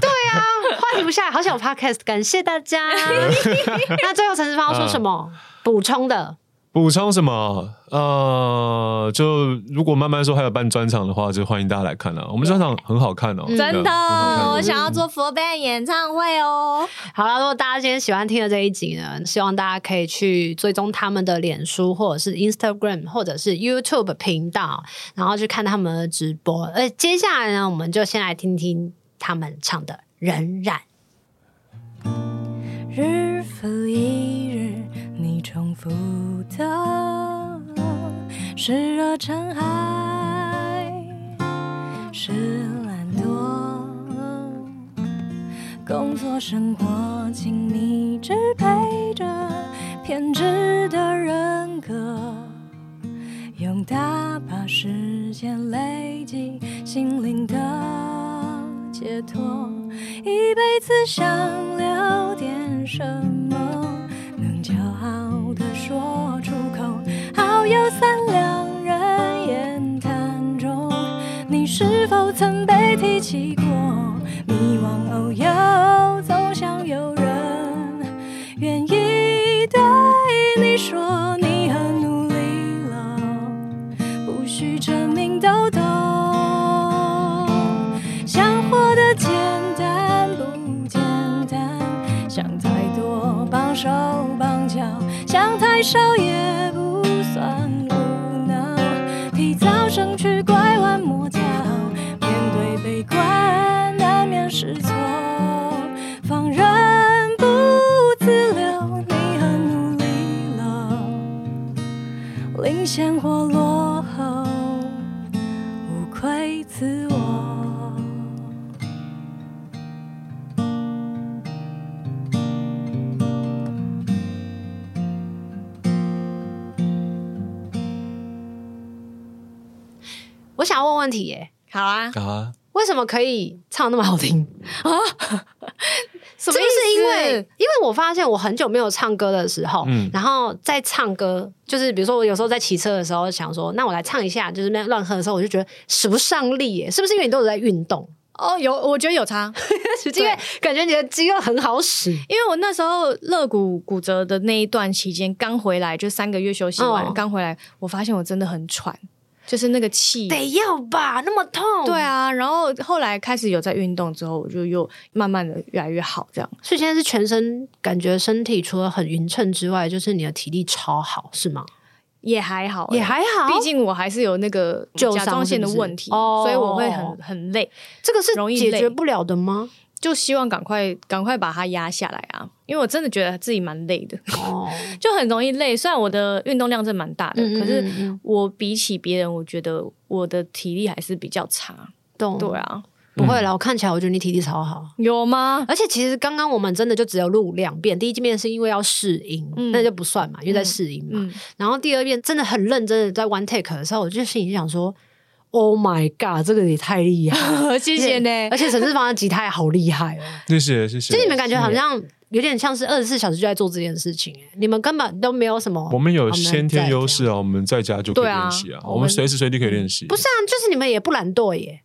[SPEAKER 1] 题不下来，好想有 podcast，感谢大家。那最后陈志芳要说什么补充的？
[SPEAKER 2] 补充什么？呃，就如果慢慢说还有办专场的话，就欢迎大家来看啊。我们专场很好看哦，
[SPEAKER 3] 真的，我
[SPEAKER 2] 很好看
[SPEAKER 3] 想要做 f o r band 演唱会哦。
[SPEAKER 1] 好了，如果大家今天喜欢听的这一集呢，希望大家可以去追踪他们的脸书或者是 Instagram 或者是 YouTube 频道，然后去看他们的直播。而接下来呢，我们就先来听听他们唱的《仍然》。
[SPEAKER 4] 日复一日，你重复的是热忱还是懒惰？工作生活，请你支配着偏执的人格，用大把时间累积心灵的解脱。一辈子想留点什么，能骄傲地说出口。好友三两人言谈中，你是否曾被提起过？迷惘偶游，总想有人愿意对你说你很努力了，不需证明都懂。想活得简单不简单，想太多绑手绑脚，想太少也不算无脑。提早省去拐弯抹角，面对悲观难免失措，放任不自留，你很努力了，领先或落后。无愧自我。
[SPEAKER 1] 我想要问问题耶、
[SPEAKER 3] 好啊，
[SPEAKER 2] 啊，
[SPEAKER 1] 为什么可以唱那么好听啊？
[SPEAKER 3] 什
[SPEAKER 1] 就
[SPEAKER 3] 么意思
[SPEAKER 1] 是因为，因为我发现我很久没有唱歌的时候，
[SPEAKER 2] 嗯
[SPEAKER 1] 然后在唱歌，就是比如说我有时候在骑车的时候想说，那我来唱一下，就是那乱哼的时候，我就觉得使不上力耶，是不是因为你都有在运 [laughs] 动？
[SPEAKER 3] 哦，有，我觉得
[SPEAKER 1] [laughs]
[SPEAKER 3] 有差，
[SPEAKER 1] 因为感觉你的肌肉很好使，
[SPEAKER 3] 因为我那时候肋骨骨折的那一段期间，刚回来就三个月休息
[SPEAKER 1] 哦
[SPEAKER 3] 完，刚、回来，我发现我真的很喘，就是那个气。
[SPEAKER 1] 得要吧，那么 [laughs] 痛，
[SPEAKER 3] 对，啊，然后后来开始有在运动之后，我就又慢慢的越来越好，这样
[SPEAKER 1] 所以现在是全身感觉身体除了很匀称之外，就是你的体力超好，是吗？
[SPEAKER 3] 也还好，欸
[SPEAKER 1] 也还好，
[SPEAKER 3] 毕竟我还是有那个
[SPEAKER 1] 旧
[SPEAKER 3] 甲
[SPEAKER 1] 伤
[SPEAKER 3] 状腺的
[SPEAKER 1] 是不是
[SPEAKER 3] 问题，
[SPEAKER 1] 哦
[SPEAKER 3] 所以我会很很累，
[SPEAKER 1] 这个是
[SPEAKER 3] 容易
[SPEAKER 1] 解
[SPEAKER 3] 累
[SPEAKER 1] 决不了的吗？
[SPEAKER 3] 就希望赶快赶快把它压下来啊，因为我真的觉得自己蛮累的，
[SPEAKER 1] 哦，
[SPEAKER 3] 就很容易累。虽然我的运动量是蛮大的，
[SPEAKER 1] 嗯嗯
[SPEAKER 3] 可是
[SPEAKER 1] 嗯嗯
[SPEAKER 3] 我比起别人，我觉得我的体力还是比较差。
[SPEAKER 1] 懂，
[SPEAKER 3] 对，啊，
[SPEAKER 1] 不会啦，我看起来我觉得你体力超好。[laughs]
[SPEAKER 3] 有吗？
[SPEAKER 1] 而且其实刚刚我们真的就只有录两遍，第一遍是因为要试音，
[SPEAKER 3] 嗯
[SPEAKER 1] 那就不算嘛，因为在试音嘛。
[SPEAKER 3] 嗯，
[SPEAKER 1] 然后第二遍真的很认真的在 one take 的时候，我就心里想说，Oh my god，这个也太厉害了，
[SPEAKER 3] 谢谢呢。
[SPEAKER 1] 而且陈志芳的吉他也好厉害哦。
[SPEAKER 2] 谢谢谢谢。
[SPEAKER 1] 就你们感觉好像有点像是二十四小时就在做这件事情、哎，你们根本都没有什么。
[SPEAKER 2] 我们有
[SPEAKER 1] 在
[SPEAKER 2] 先天优势
[SPEAKER 1] 这样，
[SPEAKER 2] 啊，我们在家就可以
[SPEAKER 3] 对啊
[SPEAKER 2] 练习啊，
[SPEAKER 3] 我们
[SPEAKER 2] 我们随时随地可以练习。
[SPEAKER 1] 不是啊，就是你们也不懒惰
[SPEAKER 3] [laughs]
[SPEAKER 1] 耶。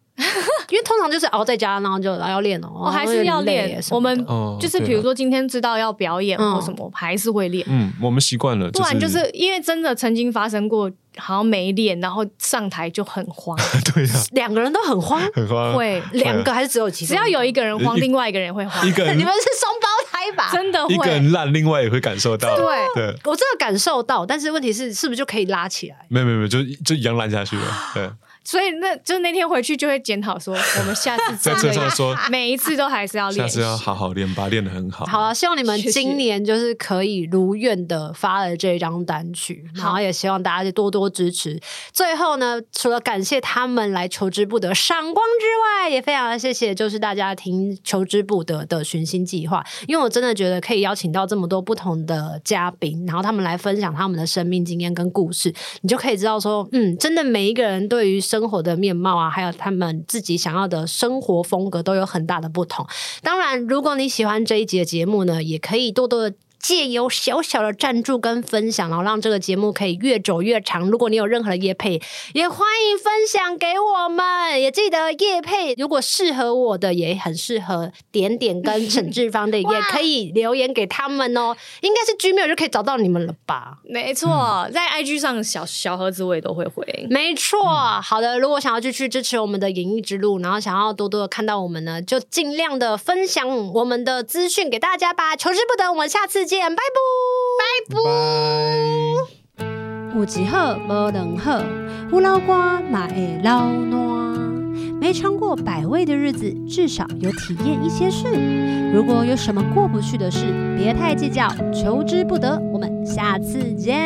[SPEAKER 1] 因为通常就是哦熬在家，然后就然后要练哦，
[SPEAKER 3] 我还是要
[SPEAKER 1] 然后有点累耶
[SPEAKER 3] 练，
[SPEAKER 1] 什
[SPEAKER 3] 我
[SPEAKER 1] 么的
[SPEAKER 3] 们
[SPEAKER 2] 哦
[SPEAKER 3] 就是
[SPEAKER 2] 对啊
[SPEAKER 3] 比如说今天知道要表演
[SPEAKER 1] 嗯
[SPEAKER 3] 或什么，我还是会练。
[SPEAKER 2] 嗯，我们习惯了，
[SPEAKER 3] 不然就是因为真的曾经发生过，好像没练，然后上台就很慌，
[SPEAKER 2] [laughs] 对呀，
[SPEAKER 1] 两个人都很
[SPEAKER 2] [laughs]
[SPEAKER 1] 慌，
[SPEAKER 2] 很啊花。
[SPEAKER 3] 会
[SPEAKER 1] 两个还是只有几？
[SPEAKER 3] 只要有一个人慌，
[SPEAKER 2] 呃一
[SPEAKER 3] 另外一个人会慌
[SPEAKER 2] 一，个
[SPEAKER 1] [laughs]
[SPEAKER 2] 人
[SPEAKER 1] 你们是双胞胎吧？
[SPEAKER 3] 真的
[SPEAKER 2] 一个
[SPEAKER 3] 会。
[SPEAKER 2] 人烂，另外也会感受到。
[SPEAKER 3] 对
[SPEAKER 2] [laughs] 对，
[SPEAKER 1] 我真的感受到，但是问题是，是不是就可以拉起来？
[SPEAKER 2] 没有没有没有，就就一样烂下去了。对，
[SPEAKER 3] 所以那就那天回去就会检讨说，我们下次
[SPEAKER 2] [laughs] 在
[SPEAKER 3] 真
[SPEAKER 2] 车
[SPEAKER 3] 的
[SPEAKER 2] 上说，
[SPEAKER 3] 要 [laughs] 每一次都还是要
[SPEAKER 2] 下
[SPEAKER 3] 练习
[SPEAKER 2] 次。要好好练吧，练得很好。
[SPEAKER 1] 好啊，希望你们
[SPEAKER 3] 谢谢
[SPEAKER 1] 今年就是可以如愿的发了这一张单曲，然后也希望大家就多多支持。最后呢，除了感谢他们来求之不得赏光之外，也非常谢谢就是大家听求之不得的寻星计划，因为我真的觉得可以邀请到这么多不同的嘉宾，然后他们来分享他们的生命经验跟故事，你就可以知道说，嗯，真的每一个人对于生活的面貌啊，还有他们自己想要的生活风格都有很大的不同。当然，如果你喜欢这一集的节目呢，也可以多多的。借由小小的赞助跟分享，然后让这个节目可以越走越长。如果你有任何的业配，也欢迎分享给我们。也记得业配，如果适合我的，也很适合点点跟沈志芳的，也可以留言给他们哦。应该是 Gmail 就可以找到你们了吧？
[SPEAKER 3] 没错，在 IG 上小小盒子我也都会回。
[SPEAKER 1] 没错，
[SPEAKER 5] 嗯
[SPEAKER 1] 好的。如果想要继续支持我们的演艺之路，然后想要多多的看到我们呢，就尽量的分享我们的资讯给大家吧。求之不得，我们下次见，拜拜，拜拜。
[SPEAKER 5] 有一好无两好，有老瓜嘛会老烂。没尝过百味的日子，至少有体验一些事。如果有什么过不去的事，别太计较，求之不得。我们下次见。